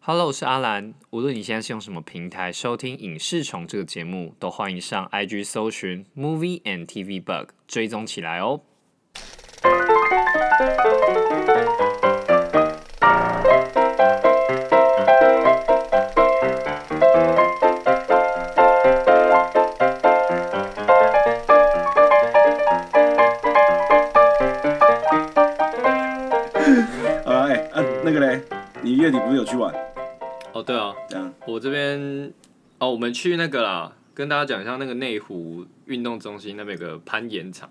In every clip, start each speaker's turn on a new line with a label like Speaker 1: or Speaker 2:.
Speaker 1: Hello，我是阿兰。无论你现在是用什么平台收听《影视虫》这个节目，都欢迎上 IG 搜寻 Movie and TV Bug 追踪起来哦。
Speaker 2: 啊，哎、啊，那个嘞，你月底不是有去玩？
Speaker 3: 哦，对啊，
Speaker 2: 这样
Speaker 3: 我这边哦，我们去那个啦，跟大家讲一下那个内湖运动中心那边有个攀岩场，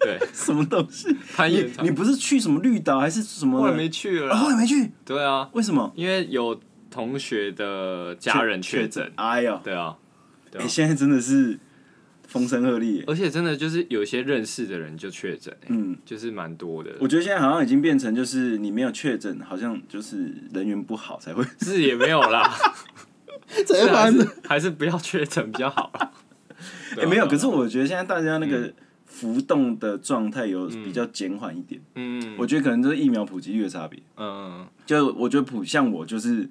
Speaker 3: 对，
Speaker 2: 什么东西？
Speaker 3: 攀岩
Speaker 2: 你
Speaker 3: 场
Speaker 2: 你，不是去什么绿岛还是什么的？
Speaker 3: 我也没去了
Speaker 2: 啊，后
Speaker 3: 啦。
Speaker 2: 来没去，
Speaker 3: 对啊，
Speaker 2: 为什么？
Speaker 3: 因为有同学的家人确诊，
Speaker 2: 哎呦，
Speaker 3: 对啊，对
Speaker 2: 哎、
Speaker 3: 啊，
Speaker 2: 现在真的是风声鹤唳耶。
Speaker 3: 而且真的就是有些认识的人就确诊、欸，
Speaker 2: 嗯，
Speaker 3: 就是蛮多的，
Speaker 2: 我觉得现在好像已经变成就是你没有确诊，好像就是人缘不好 才会
Speaker 3: 是也没有啦，
Speaker 2: 才
Speaker 3: 是还
Speaker 2: 的。
Speaker 3: 是还是不要确诊比较好啊 啦。
Speaker 2: 哎、没有，可是
Speaker 3: 啊
Speaker 2: 我觉得现在大家那
Speaker 3: 嗯
Speaker 2: 个浮动的状态有比较减缓一点。
Speaker 3: 嗯
Speaker 2: 我觉得可能就是疫苗普及率的差别。
Speaker 3: 嗯
Speaker 2: 就我觉得普像我就是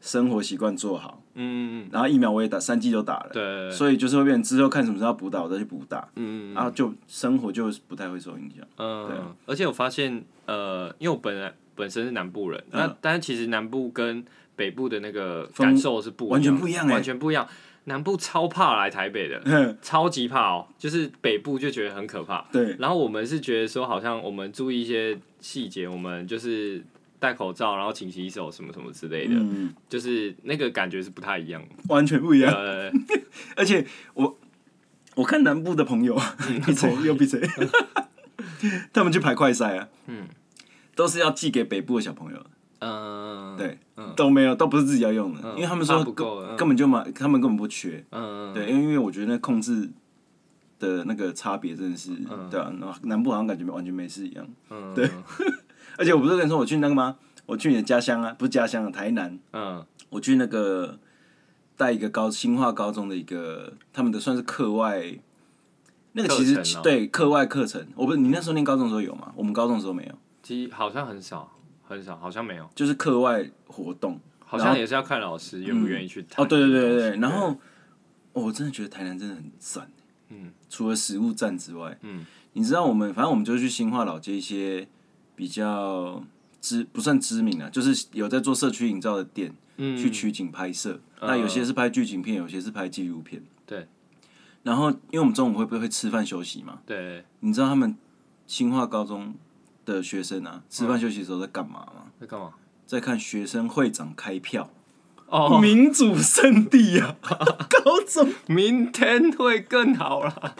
Speaker 2: 生活习惯做好，
Speaker 3: 嗯，
Speaker 2: 然后疫苗我也打三剂都打了，
Speaker 3: 对，
Speaker 2: 所以就是会变成之后看什么时候要补打，我再去补打，
Speaker 3: 嗯
Speaker 2: 然后就生活就不太会受影响。对啊
Speaker 3: 嗯，而且我发现，呃，因为我本来本身是南部人，那但是其实南部跟北部的那个
Speaker 2: 嗯风
Speaker 3: 感受是不一样
Speaker 2: 完全不一样欸
Speaker 3: 完全不一样。南部超怕来台北的，
Speaker 2: 哼
Speaker 3: 超级怕哦，就是北部就觉得很可怕。
Speaker 2: 对，
Speaker 3: 然后我们是觉得说，好像我们注意一些细节，我们就是戴口罩，然后勤洗手，什么什么之类的，
Speaker 2: 嗯，
Speaker 3: 就是那个感觉是不太一样的。
Speaker 2: 完全不一样。
Speaker 3: 呃，
Speaker 2: 而且我我看南部的朋友，
Speaker 3: 嗯
Speaker 2: 闭嘴又闭 嘴，他们去排快筛啊，
Speaker 3: 嗯
Speaker 2: 都是要寄给北部的小朋友，
Speaker 3: 嗯，
Speaker 2: 对，
Speaker 3: 嗯
Speaker 2: 都没有，都不是自己要用的，
Speaker 3: 嗯
Speaker 2: 因为他们说
Speaker 3: 怕不够
Speaker 2: 根
Speaker 3: 嗯
Speaker 2: 根本就买，他们根本不缺，
Speaker 3: 嗯，
Speaker 2: 对，因为因为我觉得那控制的那个差别真的是，对啊，然后南部好像感觉完全没事一样。
Speaker 3: 嗯，
Speaker 2: 对， 而且我不是跟你说我去那个吗？我去你的家乡啊，不是家乡啊，台南，
Speaker 3: 嗯
Speaker 2: 我去那个带一个高新化高中的一个他们的算是课外。那个其实、
Speaker 3: 课程哦
Speaker 2: 对课外课程，我不是你那时候念高中的时候有吗？我们高中的时候没有，
Speaker 3: 其实好像很少，很少，好像没有。
Speaker 2: 就是课外活动。
Speaker 3: 好像也是要看老师愿不愿意去谈
Speaker 2: 哦，对对对
Speaker 3: 这个
Speaker 2: 对
Speaker 3: 东
Speaker 2: 对，
Speaker 3: 西
Speaker 2: 然后、哦我真的觉得台南真的很赞，
Speaker 3: 嗯，
Speaker 2: 除了食物站之外，
Speaker 3: 嗯，
Speaker 2: 你知道我们反正我们就去新化老街一些比较知不算知名啊，就是有在做社区营造的店，
Speaker 3: 嗯
Speaker 2: 去取景拍摄，
Speaker 3: 嗯
Speaker 2: 那有些是拍剧情片，有些是拍纪录片，
Speaker 3: 对。
Speaker 2: 然后，因为我们中午会不会吃饭休息嘛？
Speaker 3: 对
Speaker 2: 你知道他们新化高中的学生啊，吃
Speaker 3: 嗯
Speaker 2: 饭休息的时候在干嘛吗？
Speaker 3: 在干嘛？
Speaker 2: 在看学生会长开票，
Speaker 3: 哦，
Speaker 2: 民主圣地啊， 高中
Speaker 3: 明天会更好啦。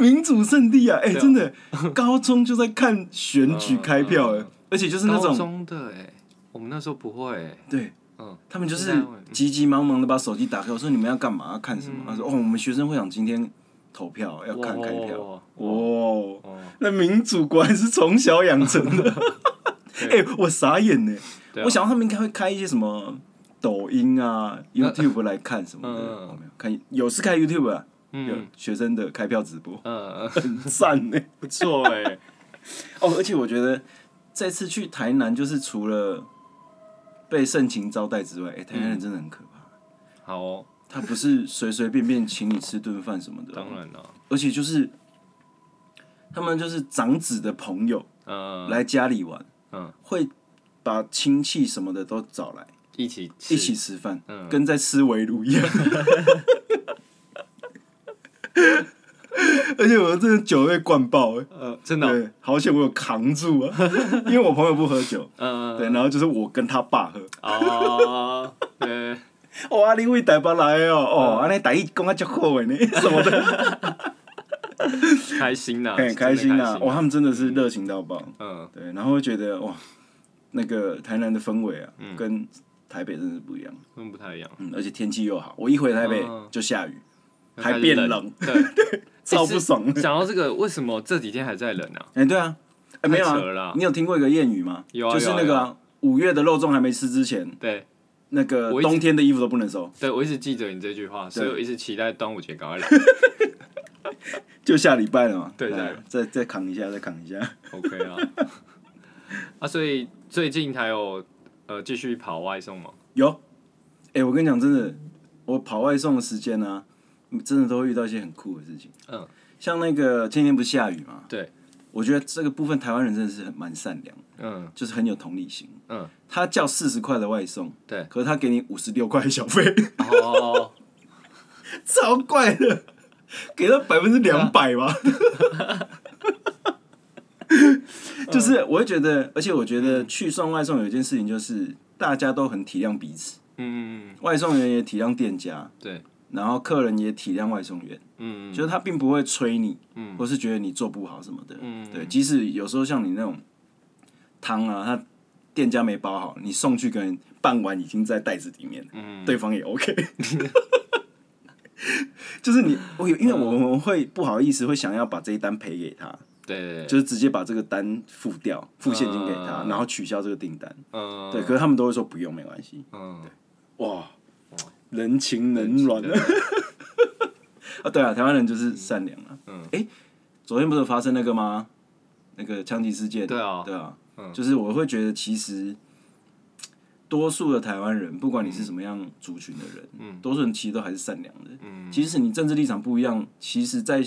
Speaker 2: 民主圣地啊！哎、
Speaker 3: 啊
Speaker 2: 真的，高中就在看选举开票、哎、
Speaker 3: 嗯嗯
Speaker 2: 而且就是那
Speaker 3: 高
Speaker 2: 种
Speaker 3: 中的哎，我们那时候不会哎，
Speaker 2: 对，
Speaker 3: 嗯
Speaker 2: 他们就是
Speaker 3: 现在会嗯
Speaker 2: 急急忙忙的把手机打开，我说你们要干嘛？要看什么？他说哦，我们学生会长今天投票，要看开票。
Speaker 3: 哇
Speaker 2: 哦，
Speaker 3: 哦，
Speaker 2: 那民主果然是从小养成 的。哎、我傻眼呢、
Speaker 3: 对啊
Speaker 2: 我想他们应该会开一些什么抖音啊、YouTube 来看什么
Speaker 3: 嗯
Speaker 2: 的，
Speaker 3: 嗯
Speaker 2: 哦没有看有是看 YouTube 啊，有
Speaker 3: 嗯
Speaker 2: 学生的开票直播，
Speaker 3: 嗯，
Speaker 2: 很赞呢、
Speaker 3: 不错哎，
Speaker 2: 哦，而且我觉得这次去台南，就是除了被盛情招待之外，哎、台南人真的很可怕。
Speaker 3: 好哦，
Speaker 2: 他不是随随便便请你吃顿饭什么的哦，
Speaker 3: 当然了，
Speaker 2: 而且就是他们就是长子的朋友
Speaker 3: 嗯，
Speaker 2: 来家里玩，
Speaker 3: 嗯，
Speaker 2: 会把亲戚什么的都找来
Speaker 3: 一起吃
Speaker 2: 一起，吃饭，
Speaker 3: 嗯
Speaker 2: 跟在吃围炉一样。 而且我真的酒被灌爆、哎
Speaker 3: 呃，真的哦，
Speaker 2: 对，好险我有扛住啊，因为我朋友不喝酒，
Speaker 3: 嗯，
Speaker 2: 对，然后就是我跟他爸喝，
Speaker 3: 哦，对，嗯
Speaker 2: 哦，啊，你为台北来哦，哦，安尼台语讲啊足好诶呢， 什么的，
Speaker 3: 开心呐，
Speaker 2: 很开心
Speaker 3: 真的
Speaker 2: 啊，哇，他们真的是热情到爆，
Speaker 3: 嗯，
Speaker 2: 对，然后会觉得哇，那个台南的氛围啊，
Speaker 3: 嗯
Speaker 2: 跟台北真的是不一样，
Speaker 3: 真的不太一样，
Speaker 2: 嗯，而且天气又好，我一回台北
Speaker 3: 嗯
Speaker 2: 就下雨，还变冷，
Speaker 3: 对。
Speaker 2: 超不爽
Speaker 3: 欸是。讲到这个，为什么这几天还在冷啊？
Speaker 2: 哎，对啊，哎，没有
Speaker 3: 太扯了
Speaker 2: 啊
Speaker 3: 啦，
Speaker 2: 你有听过一个谚语吗？
Speaker 3: 有啊
Speaker 2: 就是那
Speaker 3: 有
Speaker 2: 个
Speaker 3: 啊
Speaker 2: 啊五月的肉粽还没吃之前，
Speaker 3: 对，
Speaker 2: 那个
Speaker 3: 我一直
Speaker 2: 冬天的衣服都不能收，
Speaker 3: 对我一直记着你这句话，所以我一直期待端午节赶快来。
Speaker 2: 就下礼拜了嘛，
Speaker 3: 对
Speaker 2: 来
Speaker 3: 下礼拜
Speaker 2: 再再扛一下，再扛一下。
Speaker 3: OK 啊，啊，所以最近还有呃继续跑外送吗？
Speaker 2: 有，哎、我跟你讲，真的，我跑外送的时间呢、真的都会遇到一些很酷的事情。
Speaker 3: 嗯，
Speaker 2: 像那个前天不是下雨嘛？
Speaker 3: 对，
Speaker 2: 我觉得这个部分台湾人真的是很蛮善良，
Speaker 3: 嗯，
Speaker 2: 就是很有同理心。
Speaker 3: 嗯，
Speaker 2: 他叫四十块的外送，
Speaker 3: 对
Speaker 2: 可是他给你五十六块的小费，
Speaker 3: 哦，
Speaker 2: 超怪的，给到百分之两百 吧。就是我会觉得，而且我觉得去送外送有一件事情，就是大家都很体谅彼此，
Speaker 3: 嗯
Speaker 2: 外送员也体谅店家，
Speaker 3: 对，
Speaker 2: 然后客人也体谅外送员，
Speaker 3: 嗯，
Speaker 2: 就是他并不会催你，或是觉得你做不好什么的，
Speaker 3: 嗯
Speaker 2: 对。即使有时候像你那种汤啊，他店家没包好，你送去跟人半碗已经在袋子里面了，
Speaker 3: 嗯
Speaker 2: 对方也 OK。就是你，我有，因为我们会不好意思，会想要把这一单赔给他，
Speaker 3: 对对对，
Speaker 2: 就是直接把这个单付掉，付现金给他，
Speaker 3: 嗯
Speaker 2: 然后取消这个订单。
Speaker 3: 嗯，
Speaker 2: 对，可是他们都会说不用，没关系。
Speaker 3: 嗯，
Speaker 2: 哇，人情冷暖
Speaker 3: 对
Speaker 2: 啊！啊， 对啊，台湾人就是善良啊。嗯，哎、昨天不是有发生那个吗？那个枪击事件。
Speaker 3: 对啊
Speaker 2: 对啊，就是我会觉得其实。多数的台湾人，不管你是什么样族群的人，嗯，多数人其实都还是善良的。嗯，即使你政治立场不一样，其实在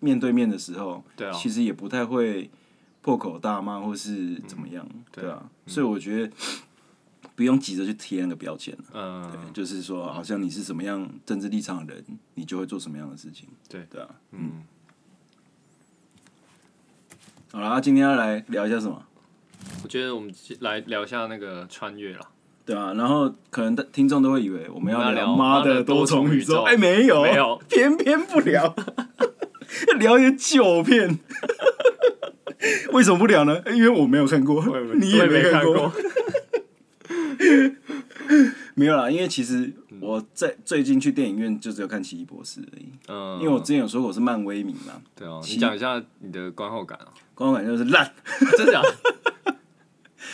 Speaker 2: 面对面的时候，
Speaker 3: 对啊
Speaker 2: 其实也不太会破口大骂或是怎么样，对啊。所以我觉得不用急着去贴那个标签啊
Speaker 3: 嗯，
Speaker 2: 对，就是说，好像你是什么样政治立场的人，你就会做什么样的事情。
Speaker 3: 对
Speaker 2: 对啊，嗯。好了，那今天要来聊一下什么？
Speaker 3: 我觉得我们来聊一下那个穿越啦。
Speaker 2: 对啊，然后可能听众都会以为我
Speaker 3: 我
Speaker 2: 们要
Speaker 3: 们要
Speaker 2: 聊
Speaker 3: 聊
Speaker 2: 妈
Speaker 3: 妈的
Speaker 2: 的多重宇宙，
Speaker 3: 多重宇宙
Speaker 2: 哎，没有，
Speaker 3: 没有，
Speaker 2: 偏偏 不聊，聊一个旧片。为什么不聊呢？因为我没有看过，你也
Speaker 3: 我没
Speaker 2: 看
Speaker 3: 过，
Speaker 2: 没有啦，因为其实
Speaker 3: 嗯
Speaker 2: 我在最近去电影院就只有看《奇异博士》而已，
Speaker 3: 嗯，
Speaker 2: 因为我之前有说过我是漫威迷嘛，
Speaker 3: 对哦，你讲一下你的观后感啊，
Speaker 2: 观感就是烂，
Speaker 3: 真的假
Speaker 2: 啊
Speaker 3: 的？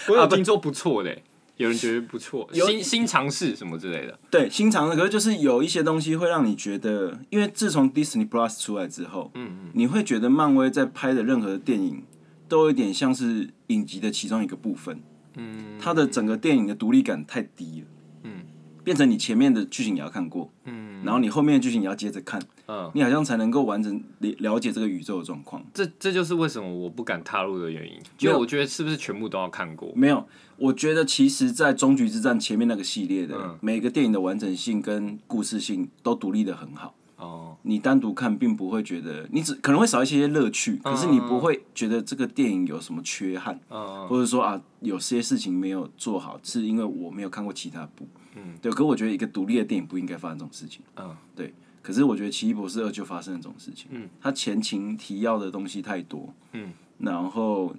Speaker 3: 我有听说不错的欸，有人觉得不错，
Speaker 2: 有
Speaker 3: 新新尝试什么之类的，
Speaker 2: 对，新尝的，可是就是有一些东西会让你觉得，因为自从 Disney Plus 出来之后，
Speaker 3: 嗯
Speaker 2: 你会觉得漫威在拍的任何电影都有点像是影集的其中一个部分，
Speaker 3: 嗯
Speaker 2: 它的整个电影的独立感太低了，
Speaker 3: 嗯，
Speaker 2: 变成你前面的剧情也要看过，
Speaker 3: 嗯
Speaker 2: 然后你后面的剧情也要接着看，
Speaker 3: 嗯，
Speaker 2: 你好像才能够完整了了解这个宇宙的状况。
Speaker 3: 这这就是为什么我不敢踏入的原因，
Speaker 2: 没
Speaker 3: 因为
Speaker 2: 有
Speaker 3: 我觉得是不是全部都要看过？
Speaker 2: 没有，我觉得其实，在终局之战前面那个系列的、
Speaker 3: 嗯
Speaker 2: 每个电影的完整性跟故事性都独立的很好。
Speaker 3: 哦，
Speaker 2: 你单独看并不会觉得，你只可能会少一些乐趣，可是你不会觉得这个电影有什么缺憾，
Speaker 3: 嗯
Speaker 2: 或者说啊，有些事情没有做好，是因为我没有看过其他部。嗯，对。可我觉得一个独立的电影不应该发生这种事情。
Speaker 3: 嗯，
Speaker 2: 对。可是我觉得《奇异博士二》就发生了这种事情。嗯，它前情提要的东西太多。
Speaker 3: 嗯，
Speaker 2: 然后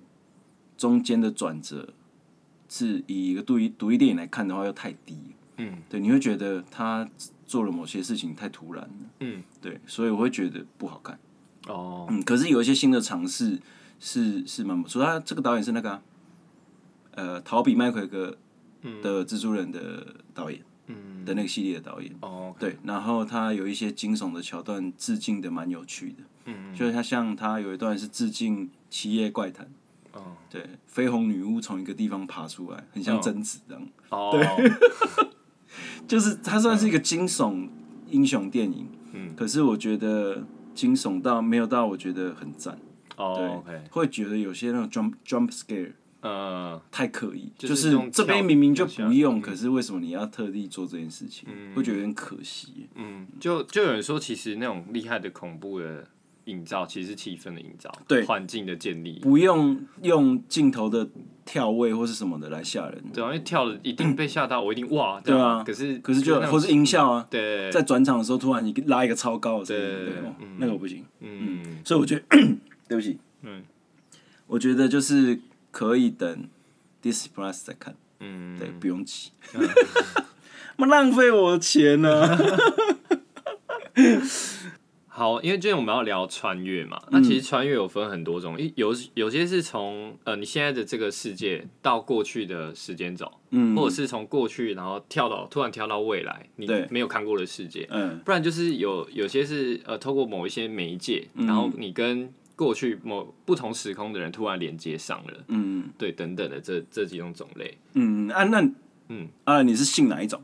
Speaker 2: 中间的转折是以一个独立独立电影来看的话，又太低了。
Speaker 3: 嗯，
Speaker 2: 对，你会觉得他做了某些事情太突然了。
Speaker 3: 嗯，
Speaker 2: 对，所以我会觉得不好看。
Speaker 3: 哦，
Speaker 2: 嗯，可是有一些新的尝试是是蛮不错。他这个导演是那个啊、呃，逃避麦奎格的蜘蛛人的导演，嗯，的那个系列的导演。
Speaker 3: 哦，
Speaker 2: 对，然后他有一些惊悚的桥段，致敬的蛮有趣的。嗯，就是他像他有一段是致敬《七夜怪谈》。
Speaker 3: 哦，
Speaker 2: 对，绯红女巫从一个地方爬出来，很像贞子这样。
Speaker 3: 哦，
Speaker 2: 就是它算是一个惊悚英雄电影，
Speaker 3: 嗯
Speaker 2: 可是我觉得惊悚到没有到我觉得很赞，
Speaker 3: 哦
Speaker 2: 对
Speaker 3: ，OK，
Speaker 2: 会觉得有些那种 jump jump scare
Speaker 3: 嗯
Speaker 2: 太刻意，
Speaker 3: 就是是这种
Speaker 2: 这边
Speaker 3: 跳
Speaker 2: 明明就
Speaker 3: 跳下
Speaker 2: 不用，可是为什么你要特地做这件事情？会觉得有点可惜。
Speaker 3: 嗯，就就有人说，其实那种厉害的恐怖的营造，其实是气氛的营造，
Speaker 2: 对
Speaker 3: 环境的建立，
Speaker 2: 不用用镜头的跳位或是什么的来吓人，
Speaker 3: 对啊，因为跳了一定被吓到，我一定哇，这
Speaker 2: 对
Speaker 3: 样
Speaker 2: 啊
Speaker 3: 可是
Speaker 2: 可是就
Speaker 3: 那种
Speaker 2: 或是音效啊，
Speaker 3: 对，
Speaker 2: 在转场的时候突然你拉一个超高的声音，
Speaker 3: 对
Speaker 2: 对哦
Speaker 3: 嗯
Speaker 2: 那个我不行。
Speaker 3: 嗯
Speaker 2: 所以我觉得， 对不起，
Speaker 3: 嗯，
Speaker 2: 我觉得就是可以等 Disney Plus 再看，
Speaker 3: 嗯，
Speaker 2: 对，不用急， 妈浪费我的钱啊 呢、
Speaker 3: 好，因为今天我们要聊穿越嘛，
Speaker 2: 嗯
Speaker 3: 那其实穿越有分很多种，一有有些是从呃你现在的这个世界到过去的时间轴，
Speaker 2: 嗯
Speaker 3: 或者是从过去然后跳到突然跳到未来，你
Speaker 2: 对
Speaker 3: 没有看过的世界，
Speaker 2: 嗯，
Speaker 3: 不然就是有有些是呃透过某一些媒介，然
Speaker 2: 嗯
Speaker 3: 后你跟过去某不同时空的人突然连接上了，
Speaker 2: 嗯
Speaker 3: 对，等等的这这几种种类，
Speaker 2: 嗯啊，那嗯，当然你是信哪一种？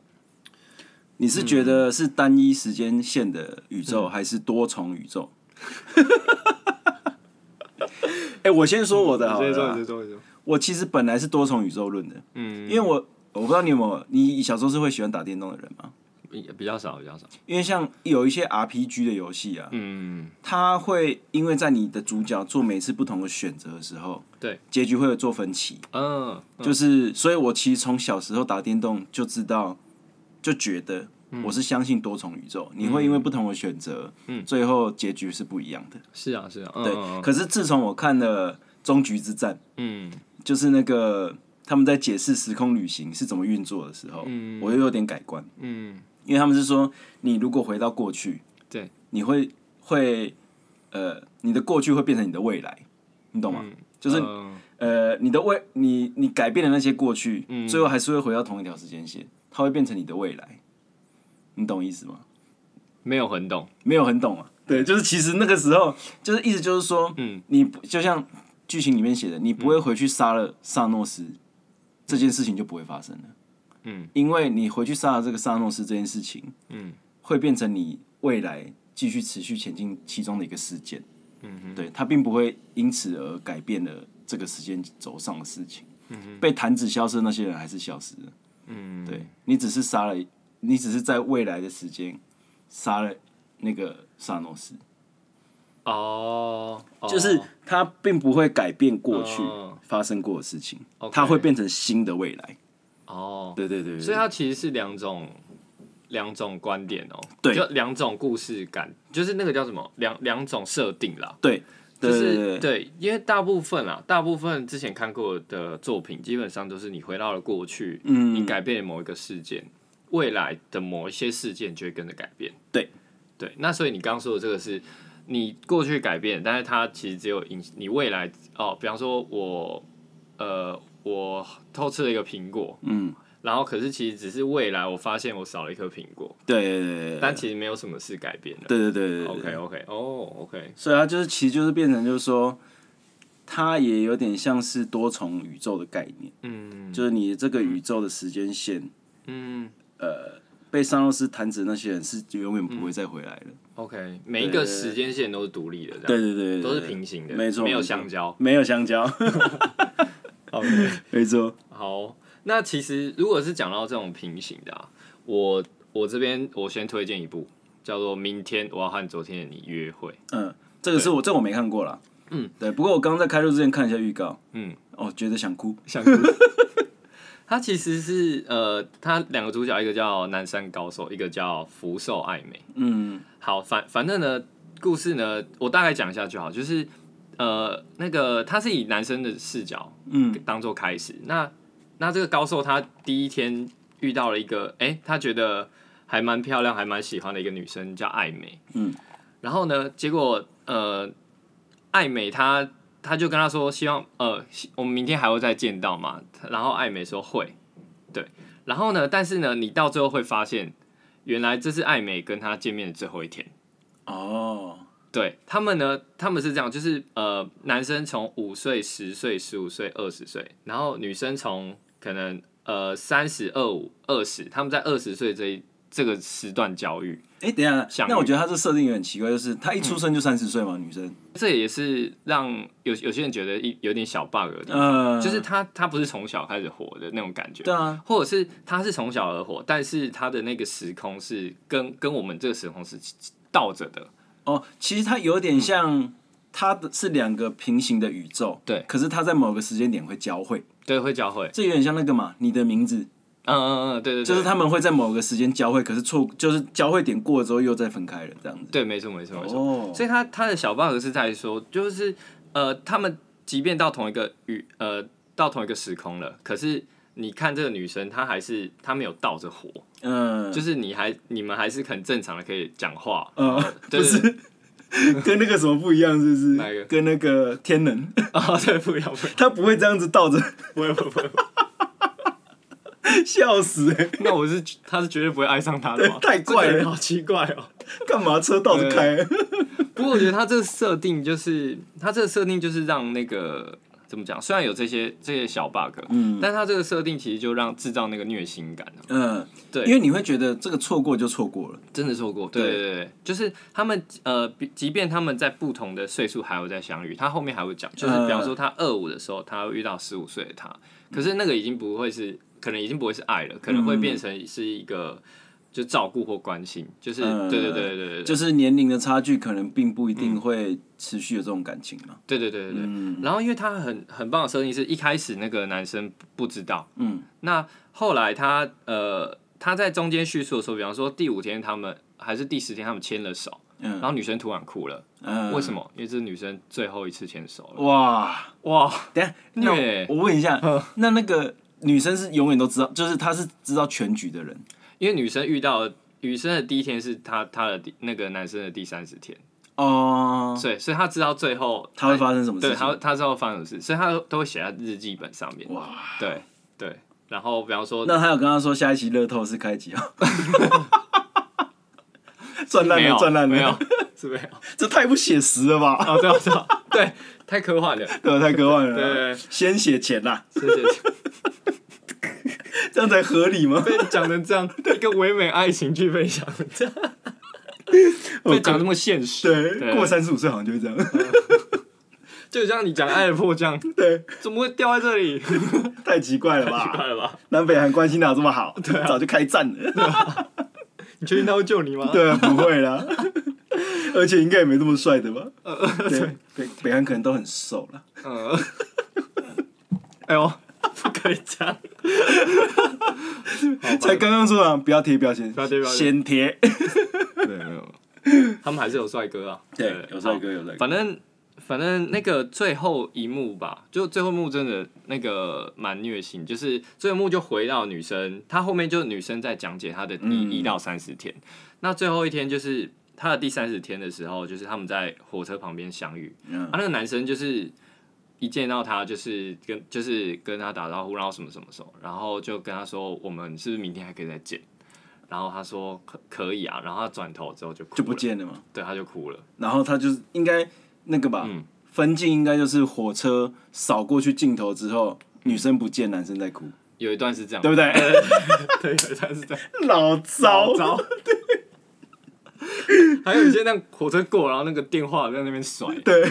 Speaker 2: 你是觉得是单一时间线的宇
Speaker 3: 嗯
Speaker 2: 宙，还是多重宇宙？ 哎、我先说我的好了
Speaker 3: 直接
Speaker 2: 啦
Speaker 3: 说，直接说，直接说。
Speaker 2: 我其实本来是多重宇宙论的，嗯，因为我我不知道你有没有，你小时候是会喜欢打电动的人吗？
Speaker 3: 比比较少，比较少。
Speaker 2: 因为像有一些 RPG 的游戏啊，
Speaker 3: 嗯，
Speaker 2: 它会因为在你的主角做每次不同的选择的时候，
Speaker 3: 对，
Speaker 2: 结局会有做分歧，
Speaker 3: 嗯，
Speaker 2: 就是，所以我其实从小时候打电动就知道，就觉得
Speaker 3: 嗯
Speaker 2: 我是相信多重宇宙，你会因为不同的选择，
Speaker 3: 嗯
Speaker 2: 最后结局是不一样的。
Speaker 3: 是啊，是啊，
Speaker 2: 对，
Speaker 3: 嗯
Speaker 2: 可是自从我看了《终局之战》，
Speaker 3: 嗯，
Speaker 2: 就是那个他们在解释时空旅行是怎么运作的时候，我又有点改观，
Speaker 3: 嗯，
Speaker 2: 因为他们是说，你如果回到过去，
Speaker 3: 对，
Speaker 2: 你会会呃，你的过去会变成你的未来，你懂吗？就是
Speaker 3: 嗯
Speaker 2: 呃，你的未你你改变的那些过去，
Speaker 3: 嗯
Speaker 2: 最后还是会回到同一条时间线，它会变成你的未来，你懂意思吗？
Speaker 3: 没有很懂。
Speaker 2: 没有很懂啊。对，就是其实那个时候，就是意思就是说，嗯，你不就像剧情里面写的，你不会回去杀了萨诺斯，这件事情就不会发生了。
Speaker 3: 嗯，
Speaker 2: 因为你回去杀了这个萨诺斯这件事情，
Speaker 3: 嗯，
Speaker 2: 会变成你未来继续持续前进其中的一个事件。嗯，对，它并不会因此而改变了这个时间轴上的事情。嗯、被弹指消失的那些人还是消失了。
Speaker 3: 嗯，
Speaker 2: 对你只是杀了，你只是在未来的时间杀了那个萨诺斯，
Speaker 3: 哦，哦
Speaker 2: 就是它并不会改变过去
Speaker 3: 哦
Speaker 2: 发生过的事情，
Speaker 3: OK
Speaker 2: 它会变成新的未来。
Speaker 3: 哦，
Speaker 2: 对对对对
Speaker 3: 所以它其实是两种两种观点哦，
Speaker 2: 对
Speaker 3: 就两种故事感，就是那个叫什么两两种设定啦。
Speaker 2: 对，
Speaker 3: 就
Speaker 2: 对对
Speaker 3: 是
Speaker 2: 对对
Speaker 3: 对，因为大部分啊，大部分之前看过的作品，基本上都是你回到了过去，
Speaker 2: 嗯
Speaker 3: 你改变了某一个事件，未来的某一些事件就会跟着改变。
Speaker 2: 对，
Speaker 3: 对，那所以你刚刚说的这个是你过去改变，但是它其实只有影你未来哦，比方说我呃我偷吃了一个苹果，
Speaker 2: 嗯，
Speaker 3: 然后可是其实只是未来我发现我少了一颗苹果，
Speaker 2: 对对对对对
Speaker 3: 但其实没有什么是改变的。
Speaker 2: 对对对对
Speaker 3: OK
Speaker 2: 对，
Speaker 3: OK 哦 OK，
Speaker 2: 所以它就是其实就是变成就是说，它也有点像是多重宇宙的概念，
Speaker 3: 嗯
Speaker 2: 就是你这个宇宙的时间线
Speaker 3: 嗯。
Speaker 2: 被萨诺斯弹指那些人是永远不会再回来了。
Speaker 3: OK，每一个时间线都是独立的，这
Speaker 2: 对
Speaker 3: 样
Speaker 2: 对对对，
Speaker 3: 都是
Speaker 2: 对
Speaker 3: 平行的，
Speaker 2: 没错，
Speaker 3: 没有
Speaker 2: 错
Speaker 3: 相交。
Speaker 2: 没有香 蕉，
Speaker 3: OK，
Speaker 2: 没错，
Speaker 3: 好，那其实如果是讲到这种平行的、啊，我我这边我先推荐一部叫做《明天我要和昨天的你约会》，
Speaker 2: 嗯，这个是我这我没看过啦，
Speaker 3: 嗯，
Speaker 2: 对，不过我刚刚在开录之前看一下预告，
Speaker 3: 嗯，
Speaker 2: 哦，觉得想哭，
Speaker 3: 想 它其实是呃，它两个主角，一个叫南山高寿，一个叫福寿爱美。
Speaker 2: 嗯
Speaker 3: 好，反反正呢，故事呢，我大概讲一下就好，就是呃，那个他是以男生的视角
Speaker 2: 嗯
Speaker 3: 当做开始。那那这个高寿他第一天遇到了一个，哎、他觉得还蛮漂亮，还蛮喜欢的一个女生叫艾美。
Speaker 2: 嗯，
Speaker 3: 然后呢，结果呃，艾美她她就跟他说，希望呃，希我们明天还会再见到嘛。然后艾美说会，对。然后呢，但是呢，你到最后会发现，原来这是艾美跟他见面的最后一天。
Speaker 2: 哦，
Speaker 3: 对他们呢，他们是这样，就是呃，男生从五岁、十岁、十五岁、二十岁，然后女生从可能呃三十二五、二十，他们在二十岁这一这个时段教育，
Speaker 2: 哎，等一下，
Speaker 3: 想嗯
Speaker 2: 那我觉得他这设定有点奇怪，就是他一出生就三十岁嘛，女生，
Speaker 3: 这也是让有有些人觉得一有点小 bug 的地方，
Speaker 2: 呃，
Speaker 3: 嗯就是他他不是从小开始活的那种感觉，
Speaker 2: 对啊，
Speaker 3: 或者是他是从小而活，但是他的那个时空是跟跟我们这个时空是倒着的，
Speaker 2: 哦，其实他有点像，他的是两个平行的宇宙，
Speaker 3: 嗯对
Speaker 2: 可是他在某个时间点会交汇，
Speaker 3: 对，会交汇，
Speaker 2: 这有点像那个嘛，你的名字，
Speaker 3: 嗯嗯嗯，对对对，
Speaker 2: 就是他们会在某个时间交汇，可是错，就是交汇点过了之后又再分开了，这样子，
Speaker 3: 对，没错没错没错。
Speaker 2: 哦，
Speaker 3: 所以他他的小 bug 是在说，就是呃，他们即便到同一个宇呃到同一个时空了，可是你看这个女生，她还是她没有倒着活，
Speaker 2: 嗯，
Speaker 3: 就是你还你们还是很正常的可以讲话，
Speaker 2: 呃，
Speaker 3: 对
Speaker 2: 不是 跟那个什么不一样，是不是？
Speaker 3: 哪一个
Speaker 2: 跟那个天能，
Speaker 3: 啊、对，不要不要，
Speaker 2: 他不会这样子倒着，
Speaker 3: 不会不会不会，
Speaker 2: 笑死、欸！
Speaker 3: 那我是他是绝对不会爱上他的嘛，
Speaker 2: 对太怪了
Speaker 3: 这个人好奇怪哦。
Speaker 2: 干嘛车倒着开？
Speaker 3: 不过我觉得他这个设定就是他这个设定就是让那个怎么讲？虽然有这些这些小 bug，
Speaker 2: 嗯
Speaker 3: 但它这个设定其实就让制造那个虐心感了，
Speaker 2: 嗯，
Speaker 3: 对
Speaker 2: 因为你会觉得这个错过就错过了，
Speaker 3: 真的错过。对
Speaker 2: 对
Speaker 3: 对对对，就是他们呃，比即便他们在不同的岁数还有在相遇，他后面还会讲，就是
Speaker 2: 呃
Speaker 3: 比方说他二五的时候，他会遇到十五岁的他，可是那个已经不会是，可能已经不会是爱了，可能会变成是一个就照顾或关心，就是
Speaker 2: 嗯
Speaker 3: 对对对对对对，
Speaker 2: 就是年龄的差距可能并不一定会持续有这种感情啊嘛。
Speaker 3: 对对对对
Speaker 2: 嗯
Speaker 3: 对。然后因为他很很棒的设定是一开始那个男生不不知道，
Speaker 2: 嗯，
Speaker 3: 那后来他呃他在中间叙述的时候，比方说第五天他们还是第十天他们牵了手，
Speaker 2: 嗯
Speaker 3: 然后女生突然哭了，
Speaker 2: 嗯，
Speaker 3: 为什么？因为这是女生最后一次牵手了。
Speaker 2: 哇，
Speaker 3: 哇，
Speaker 2: 等一下，那
Speaker 3: 虐
Speaker 2: 我我问一 下，
Speaker 3: 嗯
Speaker 2: 那那个女生是永远都知道，就是她是知道全局的人，
Speaker 3: 因为女生遇到的女生的第一天是她她的第那个男生的第三十天，
Speaker 2: 哦，
Speaker 3: 所以所以她知道最后
Speaker 2: 她会发生什么
Speaker 3: 对
Speaker 2: 事
Speaker 3: 她
Speaker 2: 情？
Speaker 3: 她知道发生什么事，所以她都会写在日记本上面。
Speaker 2: 哇，
Speaker 3: 对对，然后比方说
Speaker 2: 那她有跟她说下一期乐透是开几号？ 赚烂
Speaker 3: 没有
Speaker 2: 了，赚烂了，
Speaker 3: 没有 是没有
Speaker 2: 这太不写实了吧？
Speaker 3: 哦，对我知道，对，太科幻了，
Speaker 2: 对，啊太科幻 了。
Speaker 3: 对对对
Speaker 2: 先写钱啦，
Speaker 3: 谢谢。
Speaker 2: 这样才合理吗？
Speaker 3: 被讲成 这样，一个唯美爱情剧被讲成这样， 被讲那么现实，
Speaker 2: 对，过三十五岁好像就会这样。
Speaker 3: 就像你讲《爱的迫降》，
Speaker 2: 对，
Speaker 3: 怎么会掉在这里？
Speaker 2: 太奇怪了吧？
Speaker 3: 快了吧？
Speaker 2: 南北韩关系哪有这么好？
Speaker 3: 啊
Speaker 2: 早就开战了。
Speaker 3: 你确定他会救你吗？
Speaker 2: 对啊，不会啦。而且应该也没这么帅的吧？
Speaker 3: 呃
Speaker 2: 对，北北韩可能都很瘦了。
Speaker 3: 嗯， 哎呦，不可以这样，
Speaker 2: 才刚刚说啊，不要贴标签，
Speaker 3: 不要贴标签
Speaker 2: 先贴。
Speaker 3: 对，没有，他们还是有帅哥啊，
Speaker 2: 对，有帅哥，有帅哥。
Speaker 3: 反正反正那个最后一幕吧，就最后一幕真的那个蛮虐心，就是最后一幕就回到女生，她后面就是女生在讲解她的第
Speaker 2: 嗯
Speaker 3: 一到三十天，那最后一天就是她的第三十天的时候，就是他们在火车旁边相遇，
Speaker 2: 嗯
Speaker 3: 啊，那个男生就是。一见到她就是跟就是跟她打招呼，然后什么什么什么，然后就跟她说我们是不是明天还可以再见？然后她说可可以啊，然后她转头之后就哭
Speaker 2: 就不
Speaker 3: 了
Speaker 2: 见了嘛。
Speaker 3: 对，她就哭了。
Speaker 2: 然后他就是应该那个吧
Speaker 3: 嗯，
Speaker 2: 分镜应该就是火车扫过去镜头之后，女生不见，男生在哭，
Speaker 3: 有一段是这样，
Speaker 2: 对不对？
Speaker 3: 对，他是这样，
Speaker 2: 老 糟，
Speaker 3: 糟。还有一些那样火车过，然后那个电话在那边甩，
Speaker 2: 对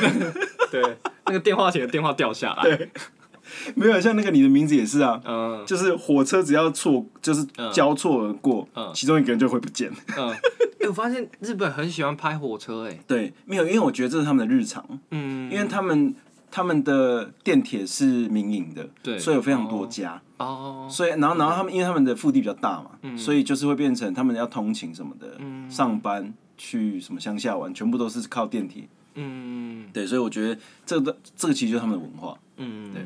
Speaker 3: 对，那个电话亭的电话掉下来，
Speaker 2: 没有像那个你的名字也是啊，
Speaker 3: 嗯
Speaker 2: 就是火车只要错，就是
Speaker 3: 嗯
Speaker 2: 交错而过，
Speaker 3: 嗯
Speaker 2: 其中一个人就会不见。
Speaker 3: 嗯。哎，我发现日本很喜欢拍火车，哎，
Speaker 2: 对，没有，因为我觉得这是他们的日常，
Speaker 3: 嗯，
Speaker 2: 因为他们他们的电铁是民营的，
Speaker 3: 对
Speaker 2: 所以有非常多家，
Speaker 3: 哦，
Speaker 2: 所以然后然后他们因为他们的腹地比较大嘛，所以就是会变成他们要通勤什么的，上班去什么乡下玩，全部都是靠电铁。
Speaker 3: 嗯
Speaker 2: 对，所以我觉得这个这个其实就是他们的文化。
Speaker 3: 嗯，对。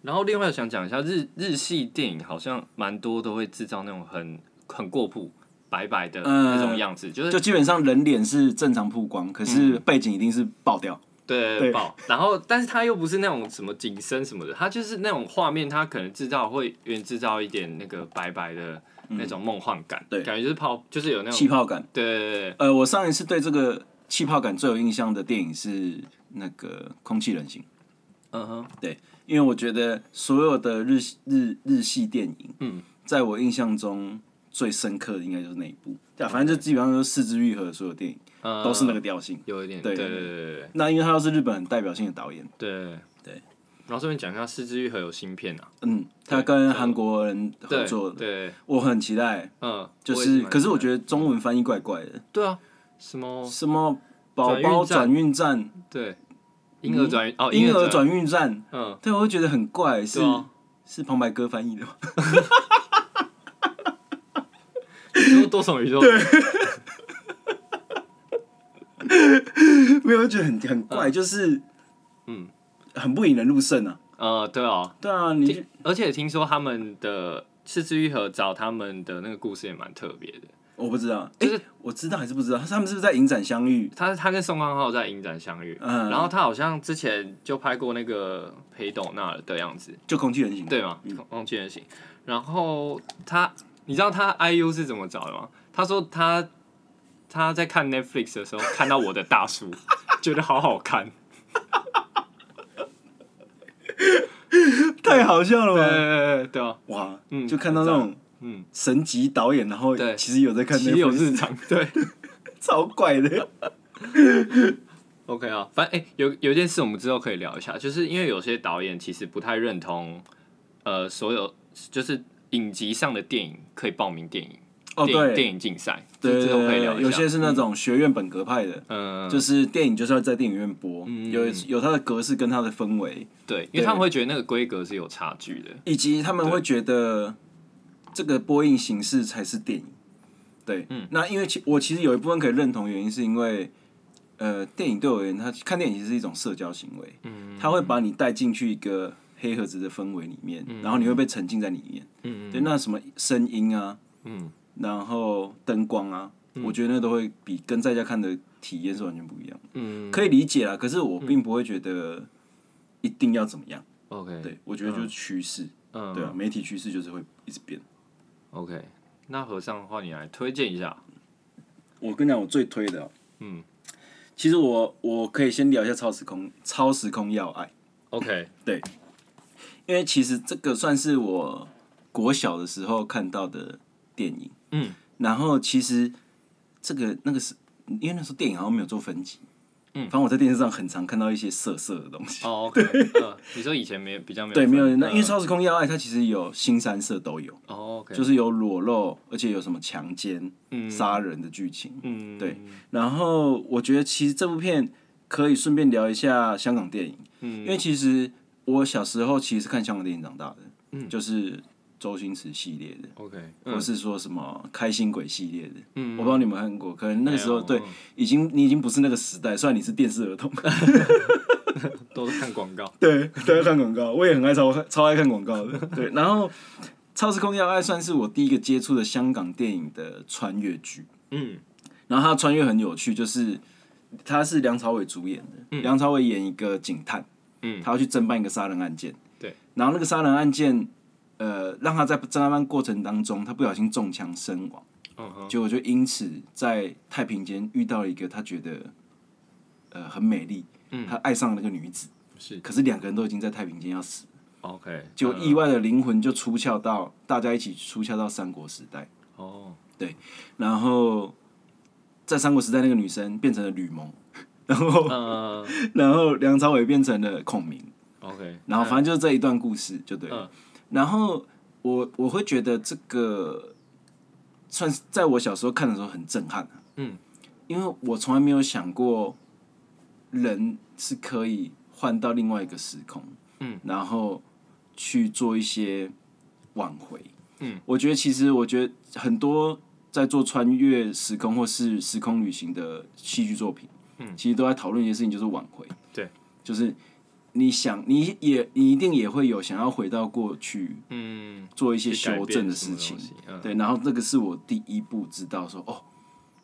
Speaker 3: 然后另外想讲一下日日系电影，好像蛮多都会制造那种很很过曝、白白的
Speaker 2: 嗯
Speaker 3: 那种样子，就是
Speaker 2: 就基本上人脸是正常曝光，可是背景一定是爆掉。对
Speaker 3: 对爆，然后但是它又不是那种什么景深什么的，它就是那种画面，它可能制造会有点制造一点那个白白的那种梦幻感，
Speaker 2: 对
Speaker 3: 感觉就是泡，就是有那
Speaker 2: 气
Speaker 3: 种，
Speaker 2: 泡感。
Speaker 3: 对对对对，
Speaker 2: 呃，我上一次对这个气泡感最有印象的电影是那个《空气人形》，
Speaker 3: 嗯哼，
Speaker 2: 因为我觉得所有的日日日系电影，
Speaker 3: 嗯，
Speaker 2: 在我印象中最深刻的应该就是那一部。对啊，反正就基本上就是四肢愈合的所有电影
Speaker 3: 呃
Speaker 2: 都是那个调性。
Speaker 3: 有一点，
Speaker 2: 对
Speaker 3: 对对
Speaker 2: 对
Speaker 3: 对对对
Speaker 2: 那因为他又是日本很代表性的导演，
Speaker 3: 对
Speaker 2: 对。
Speaker 3: 然后顺便讲一下，《四之愈合》有新片啊，
Speaker 2: 嗯，他跟韩国人合
Speaker 3: 对
Speaker 2: 作的，
Speaker 3: 对，
Speaker 2: 我很期待。
Speaker 3: 嗯，
Speaker 2: 就
Speaker 3: 我也
Speaker 2: 是，
Speaker 3: 蛮
Speaker 2: 可是我
Speaker 3: 喜欢
Speaker 2: 觉得中文翻译怪怪的
Speaker 3: 的，，对啊，什么
Speaker 2: 什么宝宝转
Speaker 3: 转
Speaker 2: 运站、
Speaker 3: 对，婴儿转哦，
Speaker 2: 婴儿
Speaker 3: 转，
Speaker 2: 转运站，
Speaker 3: 嗯，
Speaker 2: 对，我会觉得很怪，是
Speaker 3: 对啊，
Speaker 2: 是旁白哥翻译的吗？
Speaker 3: 你说多重宇宙，
Speaker 2: 没有，我觉得很很怪，就是
Speaker 3: 嗯，
Speaker 2: 很不引人入胜啊。
Speaker 3: 呃，对哦，
Speaker 2: 对啊，你就
Speaker 3: 听而且听说他们的四之愈合找他们的那个故事也蛮特别的，
Speaker 2: 我不知道，
Speaker 3: 就是
Speaker 2: 诶我知道还是不知道，他们是不是在影展相遇？
Speaker 3: 他他跟宋康昊在影展相遇，
Speaker 2: 嗯
Speaker 3: 然后他好像之前就拍过那个裴斗娜的样子，
Speaker 2: 就空气人形，
Speaker 3: 对吗？忘记人形。然后他，你知道他 IU 是怎么找的吗？他说他他在看 Netflix 的时候 看到我的大叔，觉得好好看，
Speaker 2: 太好笑 了
Speaker 3: 对
Speaker 2: 吧？
Speaker 3: 对对对啊，
Speaker 2: 哇，
Speaker 3: 嗯
Speaker 2: 就看到那种
Speaker 3: 嗯，
Speaker 2: 神级导演，然后
Speaker 3: 对
Speaker 2: 其实有在看，
Speaker 3: 其有日，常，对
Speaker 2: 超怪的。
Speaker 3: ，OK 啊，反正哎、有有一件事我们之后可以聊一下，就是因为有些导演其实不太认同，呃，所有就是影集上的电影可以报名电影，
Speaker 2: 哦，
Speaker 3: 电影
Speaker 2: 对，
Speaker 3: 电影竞赛，
Speaker 2: 对
Speaker 3: 这
Speaker 2: 对
Speaker 3: 之后可以
Speaker 2: 对
Speaker 3: 聊一
Speaker 2: 对，
Speaker 3: 下，
Speaker 2: 有些是那种学院本格派的，
Speaker 3: 嗯，
Speaker 2: 就是是电影就是要在电影院播，
Speaker 3: 嗯
Speaker 2: 有有它的格式跟它的氛围，
Speaker 3: 对，因为他们会觉得那个规格是有差距的，
Speaker 2: 以及他们会觉得这个播映形式才是电影。对，
Speaker 3: 嗯
Speaker 2: 那因为其我其实有一部分可以认同，原因是因为，呃，电影对我而言，它看电影其实是一种社交行为，
Speaker 3: 嗯
Speaker 2: 它会把你带进去一个黑盒子的氛围里面，然后你会被沉浸在里面。
Speaker 3: 嗯
Speaker 2: 对，那什么声音啊，
Speaker 3: 嗯，
Speaker 2: 然后灯光啊，我觉得那都会比跟在家看的体验是完全不一样的。
Speaker 3: 嗯
Speaker 2: 可以理解啦，可是我并不会觉得一定要怎么样。
Speaker 3: ，OK，
Speaker 2: 对，我觉得就是趋势，
Speaker 3: 嗯，
Speaker 2: 对啊，媒体趋势就是会一直变。
Speaker 3: OK，那和尚的话，你来推荐一下。
Speaker 2: 我跟你讲，我最推的、哦
Speaker 3: 嗯，
Speaker 2: 其实我我可以先聊一下超时空超时空要爱，
Speaker 3: OK，
Speaker 2: 因为其实这个算是我国小的时候看到的电影，
Speaker 3: 嗯，
Speaker 2: 然后其实这个那个是因为那时候电影好像没有做分级，
Speaker 3: 嗯
Speaker 2: 反正我在电视上很常看到一些色色的东 西。
Speaker 3: 哦，OK，嗯，你说以前没有比较没有
Speaker 2: 对，
Speaker 3: 分
Speaker 2: 没有那
Speaker 3: 嗯
Speaker 2: 因为超时空要爱，它其实有新三色都有，
Speaker 3: 哦，OK，
Speaker 2: 就是有裸露，而且有什么强奸、
Speaker 3: 嗯
Speaker 2: 杀人的剧情。
Speaker 3: 嗯
Speaker 2: 对，然后我觉得其实这部片可以顺便聊一下香港电影，
Speaker 3: 嗯
Speaker 2: 因为其实我小时候其实是看香港电影长大的，
Speaker 3: 嗯
Speaker 2: 就是周星驰系列的，
Speaker 3: OK，
Speaker 2: 或是说什么开心鬼系列的，
Speaker 3: 嗯
Speaker 2: 我不知道你们看过，可能那个时候
Speaker 3: 没有
Speaker 2: 对
Speaker 3: 嗯
Speaker 2: 已经你已经不是那个时代，虽然你是电视儿童，
Speaker 3: 都是看广告，
Speaker 2: 对，都要看广告，我也很爱超超爱看广告的，对，然后。超时空要爱算是我第一个接触的香港电影的穿越剧，
Speaker 3: 嗯
Speaker 2: 然后他穿越很有趣，就是他是梁朝伟主演的，梁朝伟演一个警探，
Speaker 3: 嗯
Speaker 2: 他要去侦办一个杀人案件，
Speaker 3: 对，
Speaker 2: 然后那个杀人案件，呃，让他在侦办过程当中，他不小心中枪身亡，
Speaker 3: 嗯哼，
Speaker 2: 结果就因此在太平间遇到了一个他觉得呃很美丽，他爱上了那个女子，
Speaker 3: 嗯是
Speaker 2: 可是两个人都已经在太平间要死，
Speaker 3: OK，
Speaker 2: 就
Speaker 3: 嗯
Speaker 2: 意外的灵魂就出窍到大家一起出窍到三国时代。
Speaker 3: 哦，
Speaker 2: 然后在三国时代那个女生变成了吕蒙，然后、
Speaker 3: 嗯
Speaker 2: 然后梁朝伟变成了孔明，
Speaker 3: ，OK，
Speaker 2: 然后反正就是这一段故事就对了。
Speaker 3: 嗯
Speaker 2: 然后我我会觉得这个算是在我小时候看的时候很震撼、啊，
Speaker 3: 嗯，
Speaker 2: 因为我从来没有想过人是可以换到另外一个时空，
Speaker 3: 嗯，
Speaker 2: 然后去做一些挽回，
Speaker 3: 嗯，
Speaker 2: 我觉得其实我觉得很多在做穿越时空或是时空旅行的戏剧作品，嗯，其实都在讨论一件事情，就是挽回，
Speaker 3: 对，
Speaker 2: 就是。你想，你也你一定也会有想要回到过去
Speaker 3: 嗯，
Speaker 2: 做一些
Speaker 3: 去改
Speaker 2: 修
Speaker 3: 变
Speaker 2: 正的
Speaker 3: 什
Speaker 2: 事
Speaker 3: 么
Speaker 2: 情
Speaker 3: 东西，嗯
Speaker 2: 对，然后这个是我第一步知道说，哦，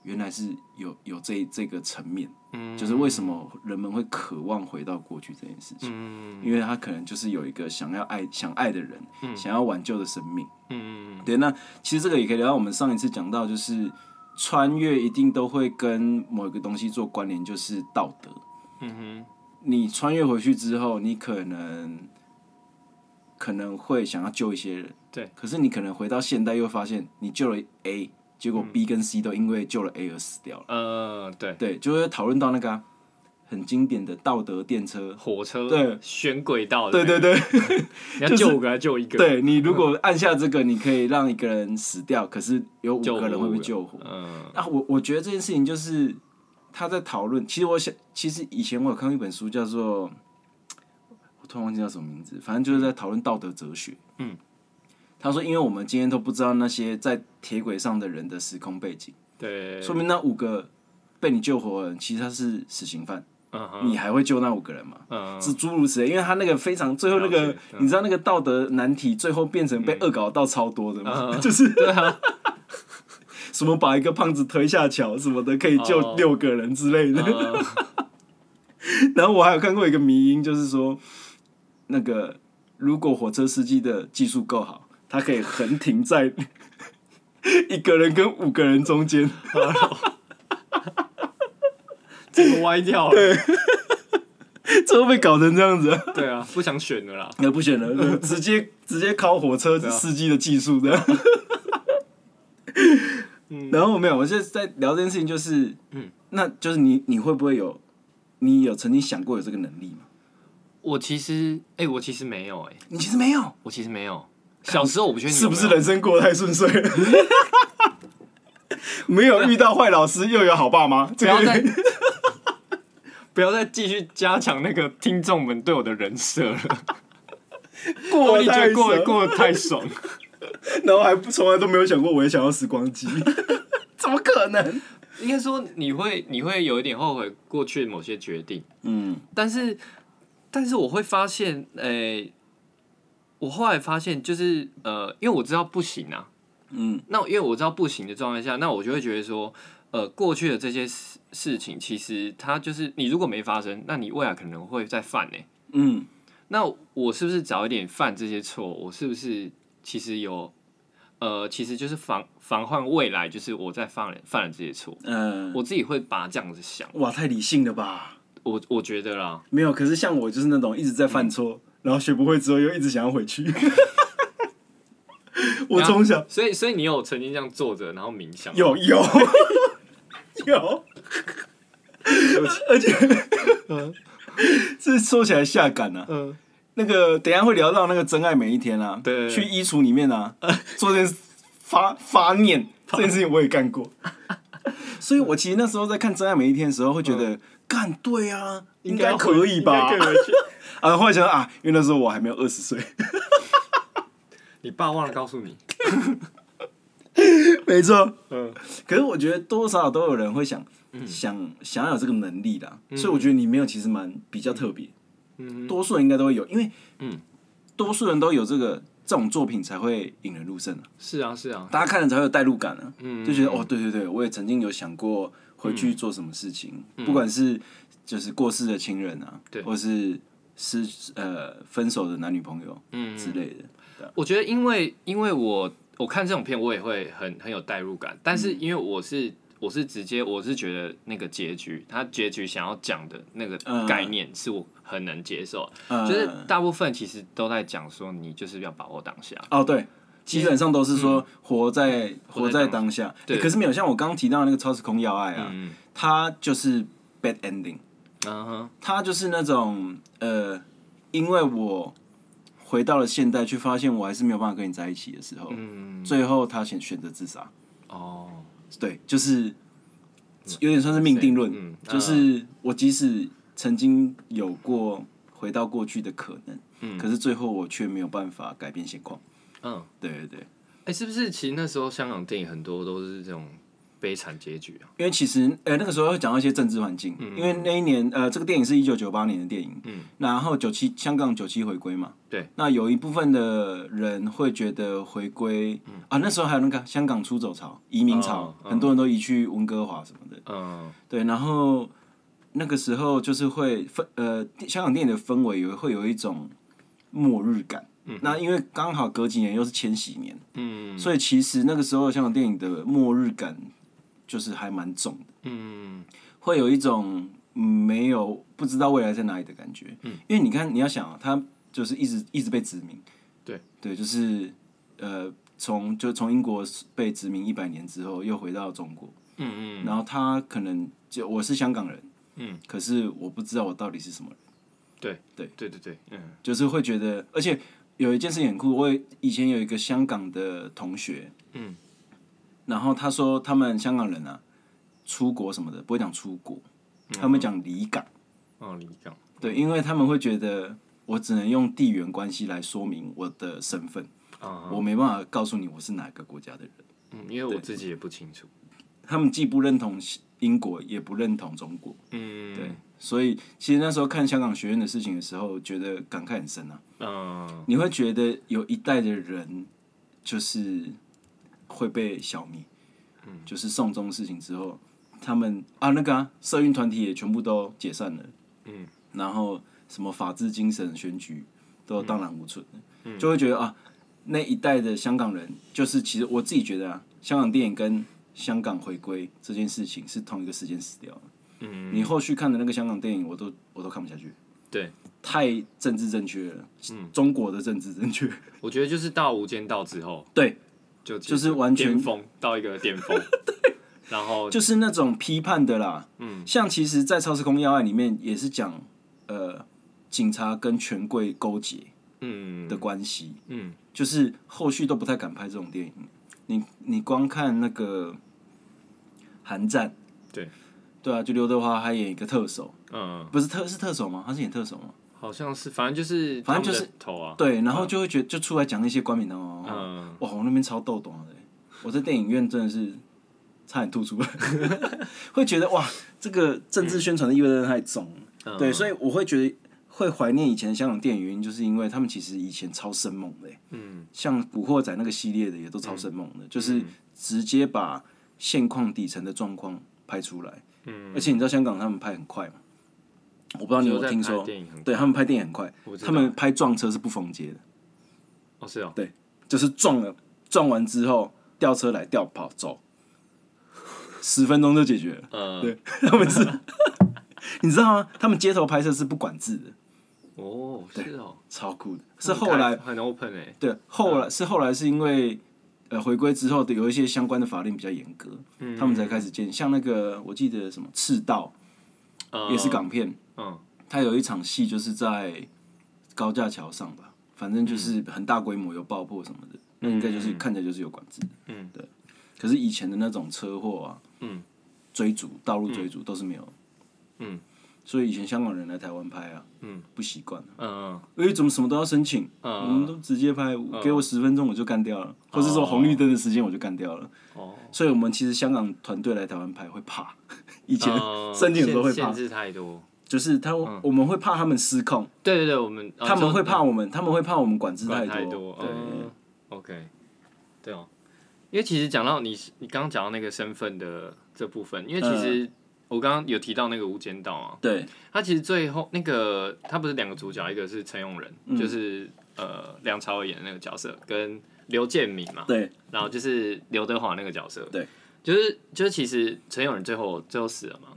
Speaker 2: 原来是有有这这个层面，
Speaker 3: 嗯
Speaker 2: 就是为什么人们会渴望回到过去这件事情，
Speaker 3: 嗯
Speaker 2: 因为他可能就是有一个想要爱、想爱的人，想要挽救的生命。
Speaker 3: 嗯
Speaker 2: 对，那其实这个也可以聊到我们上一次讲到，就是穿越一定都会跟某一个东西做关联，就是道德。
Speaker 3: 嗯
Speaker 2: 你穿越回去之后，你可能可能会想要救一些人，
Speaker 3: 对。
Speaker 2: 可是你可能回到现代，又发现你救了 A，结
Speaker 3: 嗯
Speaker 2: 果 B 跟 C 都因为救了 A 而死掉了。
Speaker 3: 呃，对，
Speaker 2: 对，就会讨论到那个啊、很经典的道德电车。
Speaker 3: 火车
Speaker 2: 对
Speaker 3: 选轨道的那
Speaker 2: 对
Speaker 3: 个，
Speaker 2: 对对，
Speaker 3: 你要
Speaker 2: 就是
Speaker 3: 救五个还是救一个？，
Speaker 2: 对你如果按下这个，你可以让一个人死掉，可是有五
Speaker 3: 救
Speaker 2: 个人会被救
Speaker 3: 五
Speaker 2: 活
Speaker 3: 个。嗯
Speaker 2: 啊，我我觉得这件事情就是他在讨论。其实我想，其实以前我有看过一本书，叫做我突然忘记叫什么名字，反正就是在讨论道德哲学。
Speaker 3: 嗯，
Speaker 2: 他说，因为我们今天都不知道那些在铁轨上的人的时空背景，
Speaker 3: 对，
Speaker 2: 说明那五个被你救活的人，其实他是死刑犯，
Speaker 3: 嗯哼
Speaker 2: 你还会救那五个人吗？
Speaker 3: 嗯
Speaker 2: 是诸如此类，因为他那个非常最后那
Speaker 3: 了
Speaker 2: 个
Speaker 3: 解，嗯
Speaker 2: 你知道那个道德难题，最后变成被恶搞到超多的吗？
Speaker 3: 嗯
Speaker 2: 就是对啊，什么把一个胖子推下桥什么的，可以
Speaker 3: 哦
Speaker 2: 救六个人之类的。
Speaker 3: 嗯
Speaker 2: 然后我还有看过一个迷因，就是说那个如果火车司机的技术够好，他可以横停在 一个人跟五个人中间。
Speaker 3: 这个歪掉了。
Speaker 2: 这这会被搞成这样子、啊？
Speaker 3: 对啊，不想选了啦。
Speaker 2: 那呃不选了，直接直接考火车
Speaker 3: 对啊
Speaker 2: 司机的技术这样。然后没有，我现在在聊这件事情，就是，嗯，那就是你你会不会有，你有曾经想过有这个能力吗？
Speaker 3: 我其实，哎、我其实没有、哎，
Speaker 2: 你其实没有，
Speaker 3: 我其实没有。小时候我不确定
Speaker 2: 是
Speaker 3: 有
Speaker 2: 不
Speaker 3: 没有
Speaker 2: 是人生过得太顺遂 了？没有遇到坏老师，又有好爸妈，
Speaker 3: 不
Speaker 2: 这
Speaker 3: 要再
Speaker 2: 个
Speaker 3: 不要再继续加强那个听众们对我的人设了。
Speaker 2: 过
Speaker 3: 我
Speaker 2: 得
Speaker 3: 你觉
Speaker 2: 太
Speaker 3: 得过
Speaker 2: 爽
Speaker 3: 过得太爽，
Speaker 2: 然后还不从来都没有想过我也想要时光机， 怎么可能？
Speaker 3: 应该说你会你会有一点后悔过去某些决定，
Speaker 2: 嗯，
Speaker 3: 但是但是我会发现，呃、我后来发现就是呃，因为我知道不行啊，
Speaker 2: 嗯，
Speaker 3: 那因为我知道不行的状态下，那我就会觉得说，呃，过去的这些事事情，其实它就是你如果没发生，那你未来可能会再犯呢、
Speaker 2: 嗯，
Speaker 3: 那我是不是早一点犯这些错？我是不是其实有呃，其实就是防防患未来，就是我在犯了犯了这些错，
Speaker 2: 呃，
Speaker 3: 我自己会把它这样子想。
Speaker 2: 哇，太理性了吧？
Speaker 3: 我我觉得啦，
Speaker 2: 没有，可是像我就是那种一直在
Speaker 3: 嗯
Speaker 2: 犯错，然后学不会之后又一直想要 回去。我从小
Speaker 3: 所以所以你有曾经这样坐着然后冥想吗？
Speaker 2: 有有有，而且，呃这说起来下感啊。
Speaker 3: 嗯，
Speaker 2: 那个等一下会聊到那个《真爱每一天》啊，
Speaker 3: 对
Speaker 2: 去衣橱里面啊，做这件事发发念这件事情我也干过，所以我其实那时候在看《真爱每一天》的时候会觉得，干、对啊，嗯应该可以吧？
Speaker 3: 应该可以回去
Speaker 2: 啊，后来想到啊，因为那时候我还没有二十岁，
Speaker 3: 你爸忘了告诉你。
Speaker 2: 没错。
Speaker 3: 嗯，
Speaker 2: 可是我觉得多多少少都有人会想，想想要有这个能力啦，所以我觉得你没有其实蛮比较特别，
Speaker 3: 嗯
Speaker 2: 多数人应该都会有，因为
Speaker 3: 嗯
Speaker 2: 多数人都有这个这种作品才会引人入胜啊。
Speaker 3: 是啊是啊，
Speaker 2: 大家看了才会有代入感啊，
Speaker 3: 嗯
Speaker 2: 就觉得哦，对对对，我也曾经有想过回去做什么事情，不管是就是过世的亲人啊，
Speaker 3: 嗯对
Speaker 2: 或是失呃分手的男女朋友
Speaker 3: 嗯
Speaker 2: 之类的，
Speaker 3: 我觉得因为因为我我看这种片我也会很很有代入感，但是因为我是。我是直接，我是觉得那个结局，他结局想要讲的那个
Speaker 2: 嗯
Speaker 3: 概念是我很能接受的，
Speaker 2: 呃，
Speaker 3: 就是大部分其实都在讲说你就是要把握当下，
Speaker 2: 哦对。基本上都是说活在、
Speaker 3: 嗯
Speaker 2: 活
Speaker 3: 活
Speaker 2: 在
Speaker 3: 在
Speaker 2: 当
Speaker 3: 当
Speaker 2: 下，
Speaker 3: 对
Speaker 2: 欸可是没有像我刚刚提到的那个超时空要爱啊，
Speaker 3: 嗯
Speaker 2: 它就是 bad ending，
Speaker 3: 嗯哼，
Speaker 2: 它就是那种呃，因为我回到了现代，却发现我还是没有办法跟你在一起的时候，
Speaker 3: 嗯，
Speaker 2: 最后他选选择自杀，
Speaker 3: 哦，
Speaker 2: 对，就是有点算是命定论，
Speaker 3: 嗯
Speaker 2: 就是我即使曾经有过回到过去的可能，可是最后我却没有办法改变现况，
Speaker 3: 嗯，
Speaker 2: 对对对，
Speaker 3: 哎、是不是其实那时候香港电影很多都是这种悲惨结局啊？
Speaker 2: 因为其实呃那个时候会讲到一些政治环境，
Speaker 3: 嗯
Speaker 2: 因为那一年呃这个电影是一九九八年的电影，嗯，然后九七香港九七回归嘛，
Speaker 3: 对，
Speaker 2: 那有一部分的人会觉得回归、啊那时候还有那个香港出走潮、移民
Speaker 3: 嗯
Speaker 2: 潮，
Speaker 3: 哦哦
Speaker 2: 很多人都移去温哥华什么的。
Speaker 3: 嗯
Speaker 2: 对，然后那个时候就是会氛呃，地香港电影的氛围也会有一种末日感。嗯，那因为刚好隔几年又是千禧年，
Speaker 3: 嗯
Speaker 2: 所以其实那个时候香港电影的末日感就是还蛮重的，
Speaker 3: 嗯
Speaker 2: 会有一种嗯没有不知道未来在哪里的感觉。嗯，因为你看，你要想啊，它就是一直一直被殖民。
Speaker 3: 对
Speaker 2: 对，就是呃，从就从英国被殖民一百年之后，又回到中国。
Speaker 3: 嗯嗯，
Speaker 2: 然后他可能就我是香港人，
Speaker 3: 嗯，
Speaker 2: 可是我不知道我到底是什么人，
Speaker 3: 对
Speaker 2: 对
Speaker 3: 对对对，嗯
Speaker 2: 就是会觉得，而且有一件事情很酷，我也以前有一个香港的同学，
Speaker 3: 嗯，
Speaker 2: 然后他说他们香港人啊，出国什么的不会讲出国，他们讲离港，
Speaker 3: 哦，李刚，
Speaker 2: 对，因为他们会觉得我只能用地缘关系来说明我的身份，
Speaker 3: 啊、
Speaker 2: 我没办法告诉你我是哪个国家的人，
Speaker 3: 嗯，因为我自己也不清楚，
Speaker 2: 他们既不认同英国，也不认同中国。
Speaker 3: 嗯，
Speaker 2: 对，，所以其实那时候看香港学院的事情的时候，觉得感慨很深啊。
Speaker 3: 嗯，
Speaker 2: 你会觉得有一代的人就是会被消灭，
Speaker 3: 嗯
Speaker 2: 就是送终事情之后，他们啊那个啊，社运团体也全部都解散了，
Speaker 3: 嗯，
Speaker 2: 然后什么法治精神选举都荡然无存了，
Speaker 3: 嗯
Speaker 2: 就会觉得啊，那一代的香港人，就是其实我自己觉得啊，香港电影跟香港回归这件事情是同一个时间死掉的。
Speaker 3: 嗯，
Speaker 2: 你后续看的那个香港电影，我都我都看不下去。
Speaker 3: 对，
Speaker 2: 太政治正确了，中国的政治正确，
Speaker 3: 我觉得就是到《无间道》之后，
Speaker 2: 对，
Speaker 3: 就
Speaker 2: 就
Speaker 3: 就是
Speaker 2: 完全
Speaker 3: 巅峰到一个巅 峰，然后
Speaker 2: 就是那种批判的啦。嗯，像其实，在《超时空要案》里面也是讲呃警察跟权贵勾结
Speaker 3: 嗯
Speaker 2: 的关系，
Speaker 3: 嗯，
Speaker 2: 就是后续都不太敢拍这种电影。你你光看那个韩战，
Speaker 3: 对
Speaker 2: 对啊，就刘德华还演一个特首，
Speaker 3: 嗯，
Speaker 2: 不是特是特首吗？他是演特首吗？
Speaker 3: 好像是，反正就是
Speaker 2: 反正
Speaker 3: 他们
Speaker 2: 就是
Speaker 3: 的头啊，
Speaker 2: 对，然后就会觉得就出来讲一些冠冕堂皇的话，
Speaker 3: 嗯，
Speaker 2: 哇，我那边超逗懂的欸，我在电影院真的是差点吐出来， 会觉得哇，这个政治宣传的意味真的太重了。
Speaker 3: 嗯
Speaker 2: 对，所以我会觉得会怀念以前的香港电影，原因就是因为他们其实以前超生猛的欸，
Speaker 3: 嗯
Speaker 2: 像《古惑仔》那个系列的也都超生猛的，就是直接把现况底层的状况拍出来。
Speaker 3: 嗯，
Speaker 2: 而且你知道香港他们拍很快吗？我不知道你有没有听
Speaker 3: 说在
Speaker 2: 说
Speaker 3: 拍电影很，
Speaker 2: 对他们拍电影很快
Speaker 3: 我，知
Speaker 2: 他
Speaker 3: 道
Speaker 2: 们拍撞车是不缝接的。
Speaker 3: 哦是哦，
Speaker 2: 就是撞了，撞完之后吊车来吊跑走，十分钟就解决了。
Speaker 3: 嗯，
Speaker 2: 他们是， 你知道吗？他们街头拍摄是不管制的，
Speaker 3: 哦是哦，
Speaker 2: 超酷的。是后来
Speaker 3: 很 open 哎，
Speaker 2: 对，后来是后来是因为呃回归之后的有一些相关的法令比较严格，他们才开始建。像那个我记得什么《赤道
Speaker 3: 嗯》
Speaker 2: 也是港片，
Speaker 3: 嗯，
Speaker 2: 它有一场戏就是在高架桥上吧，反正就是
Speaker 3: 嗯
Speaker 2: 很大规模有爆破什么的，那应该就是看起来就是有管制。
Speaker 3: 嗯，
Speaker 2: 对。可是以前的那种车祸啊，
Speaker 3: 嗯，
Speaker 2: 追逐道路追逐都是没有，
Speaker 3: 嗯，
Speaker 2: 所以以前香港人来台湾拍啊，
Speaker 3: 嗯，
Speaker 2: 不习惯啊，
Speaker 3: 嗯
Speaker 2: 哎，怎么什么都要申请？我们
Speaker 3: 嗯
Speaker 2: 都直接拍，给我十分钟我就干掉了，或是说红绿灯的时间我就干掉了。
Speaker 3: 啊哦，
Speaker 2: 所以我们其实香港团队来台湾拍会怕， 以前
Speaker 3: 嗯
Speaker 2: 申请的时候会
Speaker 3: 限
Speaker 2: 怕
Speaker 3: 限，制太多，
Speaker 2: 就是他
Speaker 3: 嗯
Speaker 2: 我们会怕他们失控，
Speaker 3: 对对对，我们呃
Speaker 2: 他们会怕我们，他们会怕我们管制
Speaker 3: 嗯管
Speaker 2: 太
Speaker 3: 多，
Speaker 2: 对，
Speaker 3: 嗯 OK，对哦，因为其实讲到你是，你刚刚讲到那个身份的这部分，因为其实我刚刚有提到那个《无间道》嘛，
Speaker 2: 对，
Speaker 3: 他其实最后那个他不是两个主角，一个是陈永仁，就是呃梁朝伟演的那个角色，跟刘建明嘛，
Speaker 2: 对，
Speaker 3: 然后就是刘德华那个角色，
Speaker 2: 对，
Speaker 3: 就是就是其实陈永仁最后最后死了嘛，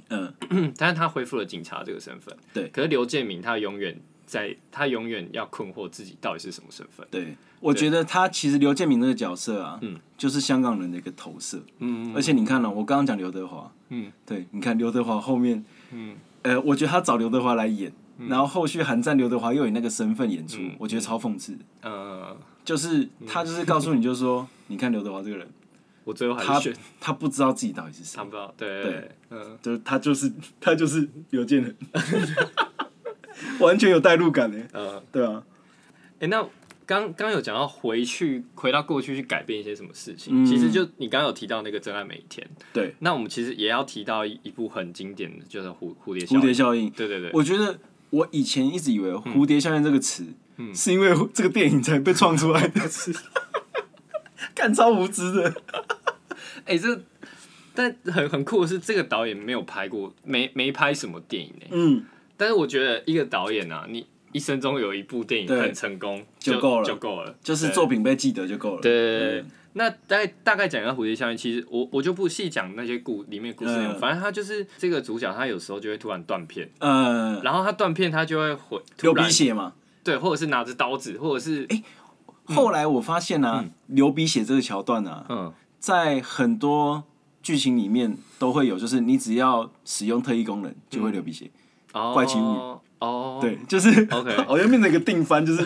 Speaker 2: 嗯，
Speaker 3: 但是他恢复了警察这个身份，
Speaker 2: 对
Speaker 3: 可是刘建明他永远在他永远要困惑自己到底是什么身份，
Speaker 2: 对，我觉得他其实刘建明那个角色啊，就是香港人的一个投射。
Speaker 3: 嗯
Speaker 2: 而且你看了、哦我刚刚讲刘德华，
Speaker 3: 嗯，
Speaker 2: 对，你看刘德华后面，嗯，呃，我觉得他找刘德华来演，
Speaker 3: 嗯
Speaker 2: 然后后续韩战刘德华又以那个身份演出，我觉得超讽刺的。
Speaker 3: 呃，
Speaker 2: 就是他就是告诉你，就是说，你看刘德华这个人，
Speaker 3: 我最后嗯还
Speaker 2: 他
Speaker 3: 是选
Speaker 2: 他不知道自己到底是谁
Speaker 3: 他，不知道，对
Speaker 2: 对
Speaker 3: 对，嗯，
Speaker 2: 就是他就是他就是刘建仁， 完全有代入感呢。
Speaker 3: 呃，
Speaker 2: 对啊，
Speaker 3: 哎、那刚刚有讲到回去回到过去去改变一些什么事情，
Speaker 2: 嗯
Speaker 3: 其实就你刚刚有提到那个《真爱每一天》，
Speaker 2: 对，
Speaker 3: 那我们其实也要提到一一部很经典的，就是蝴蝴蝶
Speaker 2: 蝴蝶
Speaker 3: 效
Speaker 2: 效应
Speaker 3: 应，对对对，
Speaker 2: 我觉得我以前一直以为“蝴蝶效应”这个词，
Speaker 3: 嗯
Speaker 2: 是因为这个电影才被创出来 的，是干超无知
Speaker 3: 嗯
Speaker 2: 的。
Speaker 3: 哎、这但很很酷的是，这个导演没有拍过，没没拍什么电影呢、
Speaker 2: 嗯，
Speaker 3: 但是我觉得一个导演啊，你一生中有一部电影
Speaker 2: 对
Speaker 3: 很成功
Speaker 2: 就够了
Speaker 3: 就够了，
Speaker 2: 就是
Speaker 3: 对
Speaker 2: 作品被记得就够了。
Speaker 3: 对对对对，那大概大概讲一下蝴蝶效应，其实我我就不细讲那些故里面故事内容，
Speaker 2: 嗯
Speaker 3: 反正他就是这个主角，他有时候就会突然断片，
Speaker 2: 呃，
Speaker 3: 然后他断片，他就会回突
Speaker 2: 流
Speaker 3: 然
Speaker 2: 鼻血嘛。
Speaker 3: 对，或者是拿着刀子，或者是哎、
Speaker 2: 后来我发现啊，流鼻血这个桥段啊，
Speaker 3: 嗯
Speaker 2: 在很多剧情里面都会有，就是你只要使用特异功能就会流鼻血。
Speaker 3: 哦
Speaker 2: 怪奇物语
Speaker 3: 哦，
Speaker 2: 对，就是
Speaker 3: OK
Speaker 2: 好像变成一个定 番，就是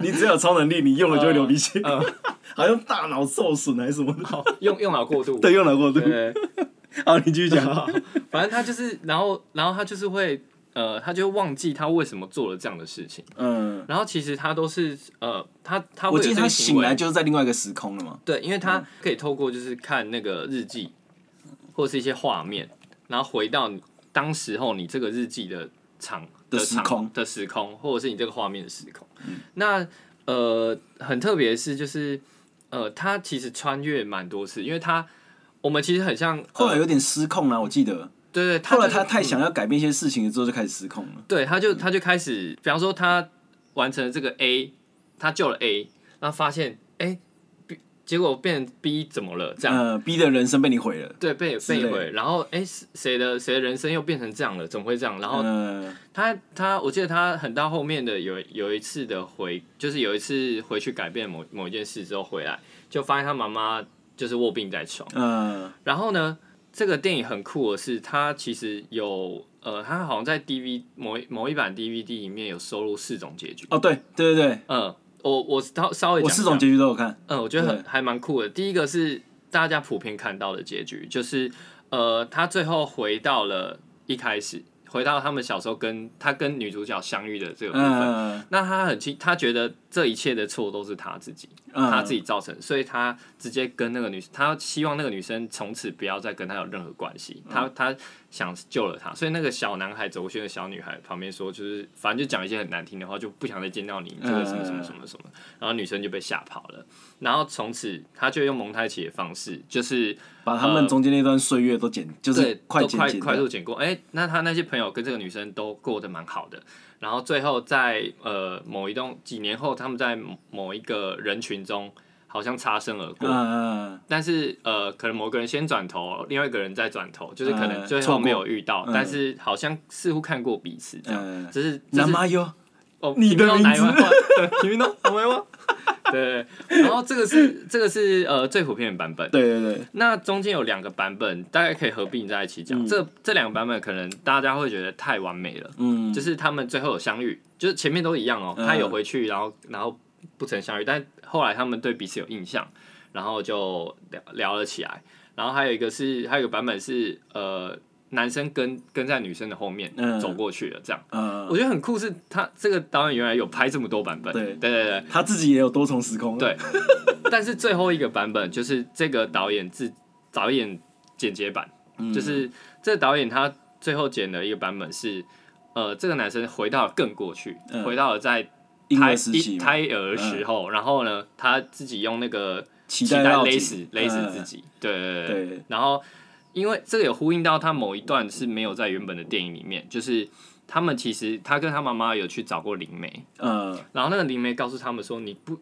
Speaker 2: 你只要有超能力，你用了就会流鼻血，
Speaker 3: 嗯
Speaker 2: 好像大脑受损还是什么 的。
Speaker 3: 哦用用脑过度，
Speaker 2: 对，用脑过度。
Speaker 3: 对，
Speaker 2: 好，你继续 讲。
Speaker 3: 反正他就是，然后然后他就是会呃，他就会忘记他为什么做了这样的事情，
Speaker 2: 嗯，
Speaker 3: 然后其实他都是呃，他他会
Speaker 2: 我
Speaker 3: 有
Speaker 2: 记得
Speaker 3: 这
Speaker 2: 他
Speaker 3: 个行
Speaker 2: 醒
Speaker 3: 为嗯
Speaker 2: 来就是在另外一个时空了嘛。
Speaker 3: 对，因为他
Speaker 2: 嗯
Speaker 3: 可以透过就是看那个日记，或是一些画面，然后回到你当时候你这个日记的场
Speaker 2: 的时
Speaker 3: 场
Speaker 2: 空嗯
Speaker 3: 的时空，或者是你这个画面的时空。那呃，很特别的是，就是呃，他其实穿越蛮多次，因为他我们其实很像，
Speaker 2: 后来
Speaker 3: 呃、
Speaker 2: 有点失控了，我记得。
Speaker 3: 对对，他
Speaker 2: 后来
Speaker 3: 就是嗯
Speaker 2: 他太想要改变一些事情了之后，就开始失控了。
Speaker 3: 对，他就他就开始，比方说他完成了这个 A，他救了 A，然后发现哎、B 结果变 B 怎么了这样？
Speaker 2: 呃逼的人生被你毁了，
Speaker 3: 对，被
Speaker 2: 之类
Speaker 3: 被
Speaker 2: 的
Speaker 3: 毁，然后哎，谁谁的谁的人生又变成这样了？怎么会这样？然后
Speaker 2: 呃
Speaker 3: 他他，我记得他很到后面的有有一次的回，就是有一次回去改变某某一件事之后回来，就发现他妈妈就是卧病在床。
Speaker 2: 呃
Speaker 3: 然后呢，这个电影很酷的是，它其实有呃，它好像在 DV 某一某一版 DVD 里面有收录四种结局。
Speaker 2: 哦对对对对，
Speaker 3: 嗯、我我稍稍微
Speaker 2: 我
Speaker 3: 讲一
Speaker 2: 四
Speaker 3: 下
Speaker 2: 种结局都有看，
Speaker 3: 嗯，我觉得很
Speaker 2: 对
Speaker 3: 还蛮酷的。第一个是大家普遍看到的结局，就是呃，他最后回到了一开始，回到他们小时候跟他跟女主角相遇的这个部分。
Speaker 2: 嗯
Speaker 3: 那他很清，他觉得这一切的错都是他自己，
Speaker 2: 嗯
Speaker 3: 他自己造成，所以他直接跟那个女，他希望那个女生从此不要再跟他有任何关系。
Speaker 2: 嗯
Speaker 3: 他他想救了她，所以那个小男孩走过去的小女孩旁边说，就是反正就讲一些很难听的话，就不想再见到你，这个什么什么什么什么。
Speaker 2: 嗯
Speaker 3: 然后女生就被吓跑了，然后从此他就用蒙太奇的方式，就是
Speaker 2: 把他们中间那段岁月都剪，就是
Speaker 3: 对，
Speaker 2: 快
Speaker 3: 都
Speaker 2: 剪
Speaker 3: 快
Speaker 2: 剪
Speaker 3: 快
Speaker 2: 掉
Speaker 3: 速剪过。哎、那他那些朋友跟这个女生都过得蛮好的，然后最后在呃某一栋几年后，他们在某某一个人群中好像擦身而过，
Speaker 2: 嗯嗯嗯
Speaker 3: 但是呃可能某个人先转头，另外一个人再转头，就是可能
Speaker 2: 嗯
Speaker 3: 最
Speaker 2: 错
Speaker 3: 后
Speaker 2: 过
Speaker 3: 没有遇到，
Speaker 2: 嗯
Speaker 3: 但是好像似乎看过彼此这样。
Speaker 2: 嗯，
Speaker 3: 这是这
Speaker 2: 南
Speaker 3: 是
Speaker 2: 妈哟，
Speaker 3: 哦，
Speaker 2: 你的名字
Speaker 3: 提 名到我吗？对，然后这个是这个是呃最普遍的版本，
Speaker 2: 对对对，
Speaker 3: 那中间有两个版本，大概可以合并在一起讲。
Speaker 2: 嗯
Speaker 3: 这这两个版本可能大家会觉得太完美了，
Speaker 2: 嗯，
Speaker 3: 就是他们最后有相遇，就是前面都一样哦，
Speaker 2: 嗯
Speaker 3: 他有回去，然后然后不曾相遇，但后来他们对彼此有印象，然后就聊聊了起来。然后还有一个是，还有一个版本是，呃，男生跟跟在女生的后面
Speaker 2: 嗯
Speaker 3: 走过去了，这样。
Speaker 2: 嗯，
Speaker 3: 我觉得很酷，是他这个导演原来有拍这么多版本，
Speaker 2: 对
Speaker 3: 对对对，
Speaker 2: 他自己也有多重时空，
Speaker 3: 对但是最后一个版本就是这个导演自导演剪接版，
Speaker 2: 嗯，
Speaker 3: 就是这个导演他最后剪的一个版本是，呃，这个男生回到了更过去，
Speaker 2: 嗯
Speaker 3: 回到了在
Speaker 2: 婴
Speaker 3: 胎
Speaker 2: 儿时期
Speaker 3: 一
Speaker 2: 嘛，嗯
Speaker 3: 胎儿的时候，然后呢，他自己用那个
Speaker 2: 脐带
Speaker 3: 带
Speaker 2: 绕
Speaker 3: 勒
Speaker 2: 颈
Speaker 3: 死勒死自，己，对对对
Speaker 2: 嗯
Speaker 3: 对，
Speaker 2: 对，
Speaker 3: 然后因为这个有呼应到他某一段是没有在原本的电影里面，就是他们其实他跟他妈妈有去找过灵媒，
Speaker 2: 呃，
Speaker 3: 然后那个灵媒告诉他们说：“你不，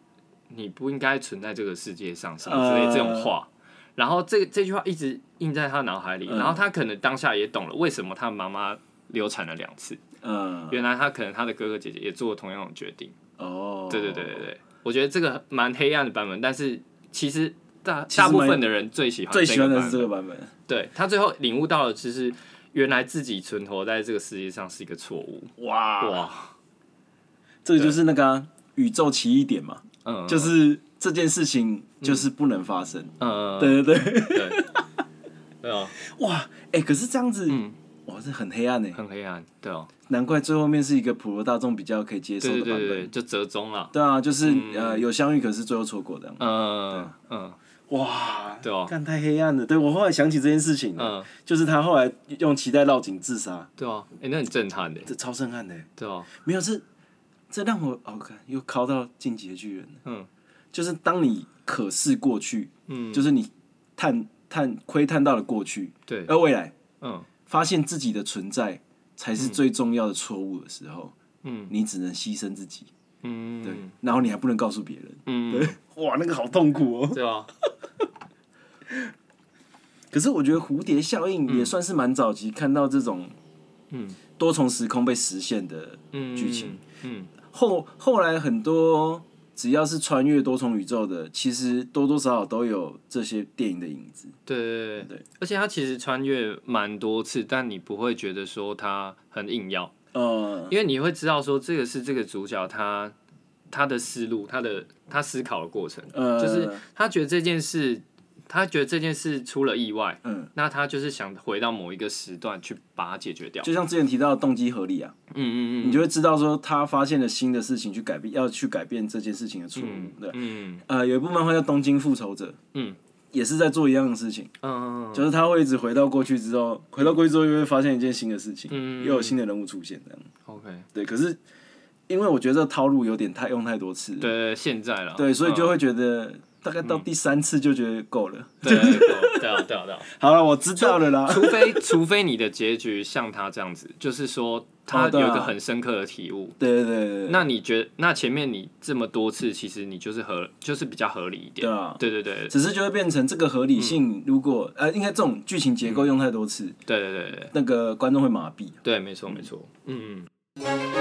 Speaker 3: 你不应该存在这个世界上，什么之类
Speaker 2: 呃
Speaker 3: 这种话。然后这这句话一直印在他脑海里，
Speaker 2: 嗯
Speaker 3: 然后他可能当下也懂了为什么他妈妈流产了两次，
Speaker 2: 嗯，
Speaker 3: 原来他可能他的哥哥姐姐也做了同样的决定。
Speaker 2: 哦，
Speaker 3: 对对对对，对，我觉得这个蛮黑暗的版本，但是其实大
Speaker 2: 其实
Speaker 3: 大部
Speaker 2: 蛮
Speaker 3: 分的人最喜欢
Speaker 2: 最喜欢
Speaker 3: 这
Speaker 2: 的
Speaker 3: 个
Speaker 2: 是
Speaker 3: 版
Speaker 2: 这
Speaker 3: 本。
Speaker 2: 个版本，
Speaker 3: 对他最后领悟到了，就是原来自己存活在这个世界上是一个错误。
Speaker 2: 哇，
Speaker 3: 哇，
Speaker 2: 这个就是那个啊宇宙奇异点嘛，
Speaker 3: 嗯，
Speaker 2: 就是这件事情就是不能发生，
Speaker 3: 嗯，
Speaker 2: 对对对，
Speaker 3: 对， 对哦，
Speaker 2: 哇，哎，可是这样子
Speaker 3: 嗯，
Speaker 2: 哇，这很黑暗呢，
Speaker 3: 很黑暗，对哦，
Speaker 2: 难怪最后面是一个普罗大众比较可以接受
Speaker 3: 对
Speaker 2: 的
Speaker 3: 对
Speaker 2: 版
Speaker 3: 对对，嗯
Speaker 2: 本，
Speaker 3: 就折中了，
Speaker 2: 对啊，就是呃有相遇，可是最后错过的，
Speaker 3: 嗯嗯
Speaker 2: 哇，
Speaker 3: 对哦
Speaker 2: 干太黑暗了，对我后来想起这件事情了，
Speaker 3: 嗯，
Speaker 2: 就是他后来用脐带绕颈自杀，
Speaker 3: 对哦，哎，那很震撼的，
Speaker 2: 这超震撼的欸。
Speaker 3: 对哦，
Speaker 2: 没有，这这让我哦，看又靠到进击的巨人了。
Speaker 3: 嗯，
Speaker 2: 就是当你可视过去，
Speaker 3: 嗯，
Speaker 2: 就是你探探窥探到了过去，
Speaker 3: 对，
Speaker 2: 而未来
Speaker 3: 嗯
Speaker 2: 发现自己的存在才是最重要的错误的时候，
Speaker 3: 嗯
Speaker 2: 你只能牺牲自己，
Speaker 3: 嗯，
Speaker 2: 对，然后你还不能告诉别人，
Speaker 3: 嗯，
Speaker 2: 哇，那个好痛苦哦。
Speaker 3: 对哦，
Speaker 2: 可是我觉得蝴蝶效应也算是蛮早期看到这种
Speaker 3: 嗯
Speaker 2: 多重时空被实现的
Speaker 3: 嗯，
Speaker 2: 剧情，
Speaker 3: 嗯
Speaker 2: 后后来很多只要是穿越多重宇宙的，其实多多少少都有这些电影的影子。
Speaker 3: 对对对对，而且他其实穿越蛮多次，但你不会觉得说他很硬要，
Speaker 2: 呃，
Speaker 3: 因为你会知道说这个是这个主角他他的思路，他的他思考的过程，
Speaker 2: 呃
Speaker 3: 就是他觉得这件事，他觉得这件事出了意外，
Speaker 2: 嗯，
Speaker 3: 那他就是想回到某一个时段去把它解决掉。
Speaker 2: 就像之前提到的动机合理啊，
Speaker 3: 嗯嗯
Speaker 2: 你就会知道说他发现了新的事情，去改变要去改变这件事情的错误。对，
Speaker 3: 嗯
Speaker 2: 呃，有一部漫画叫《东京复仇者》，
Speaker 3: 嗯，
Speaker 2: 也是在做一样的事情，
Speaker 3: 嗯
Speaker 2: 就是他会一直回到过去之后，回到过去之后又会发现一件新的事情，
Speaker 3: 嗯
Speaker 2: 又有新的人物出现这样。
Speaker 3: ，OK，
Speaker 2: 对，可是因为我觉得这个套路有点太用太多次了，
Speaker 3: 对嗯对，现在嗯了，
Speaker 2: 对，所以就
Speaker 3: 会
Speaker 2: 会觉得大概到第三次就觉得够了。
Speaker 3: 对对对对啊对啊对啊，
Speaker 2: 好了，我知道了啦。
Speaker 3: 除非除非你的结局像他这样子，就是说他
Speaker 2: 哦对
Speaker 3: 有
Speaker 2: 啊
Speaker 3: 一个很深刻的体悟。
Speaker 2: 对对对对，
Speaker 3: 那你觉得，那前面你这么多次，其实你就是合，就是比较合理一点
Speaker 2: 对。啊，
Speaker 3: 对对嗯对
Speaker 2: 只是就会变成这个合理性，如果呃，应该这种剧
Speaker 3: 嗯
Speaker 2: 情结构用太多次，
Speaker 3: 对对对对
Speaker 2: 那个观众会麻痹。
Speaker 3: 对，没错没错。嗯嗯。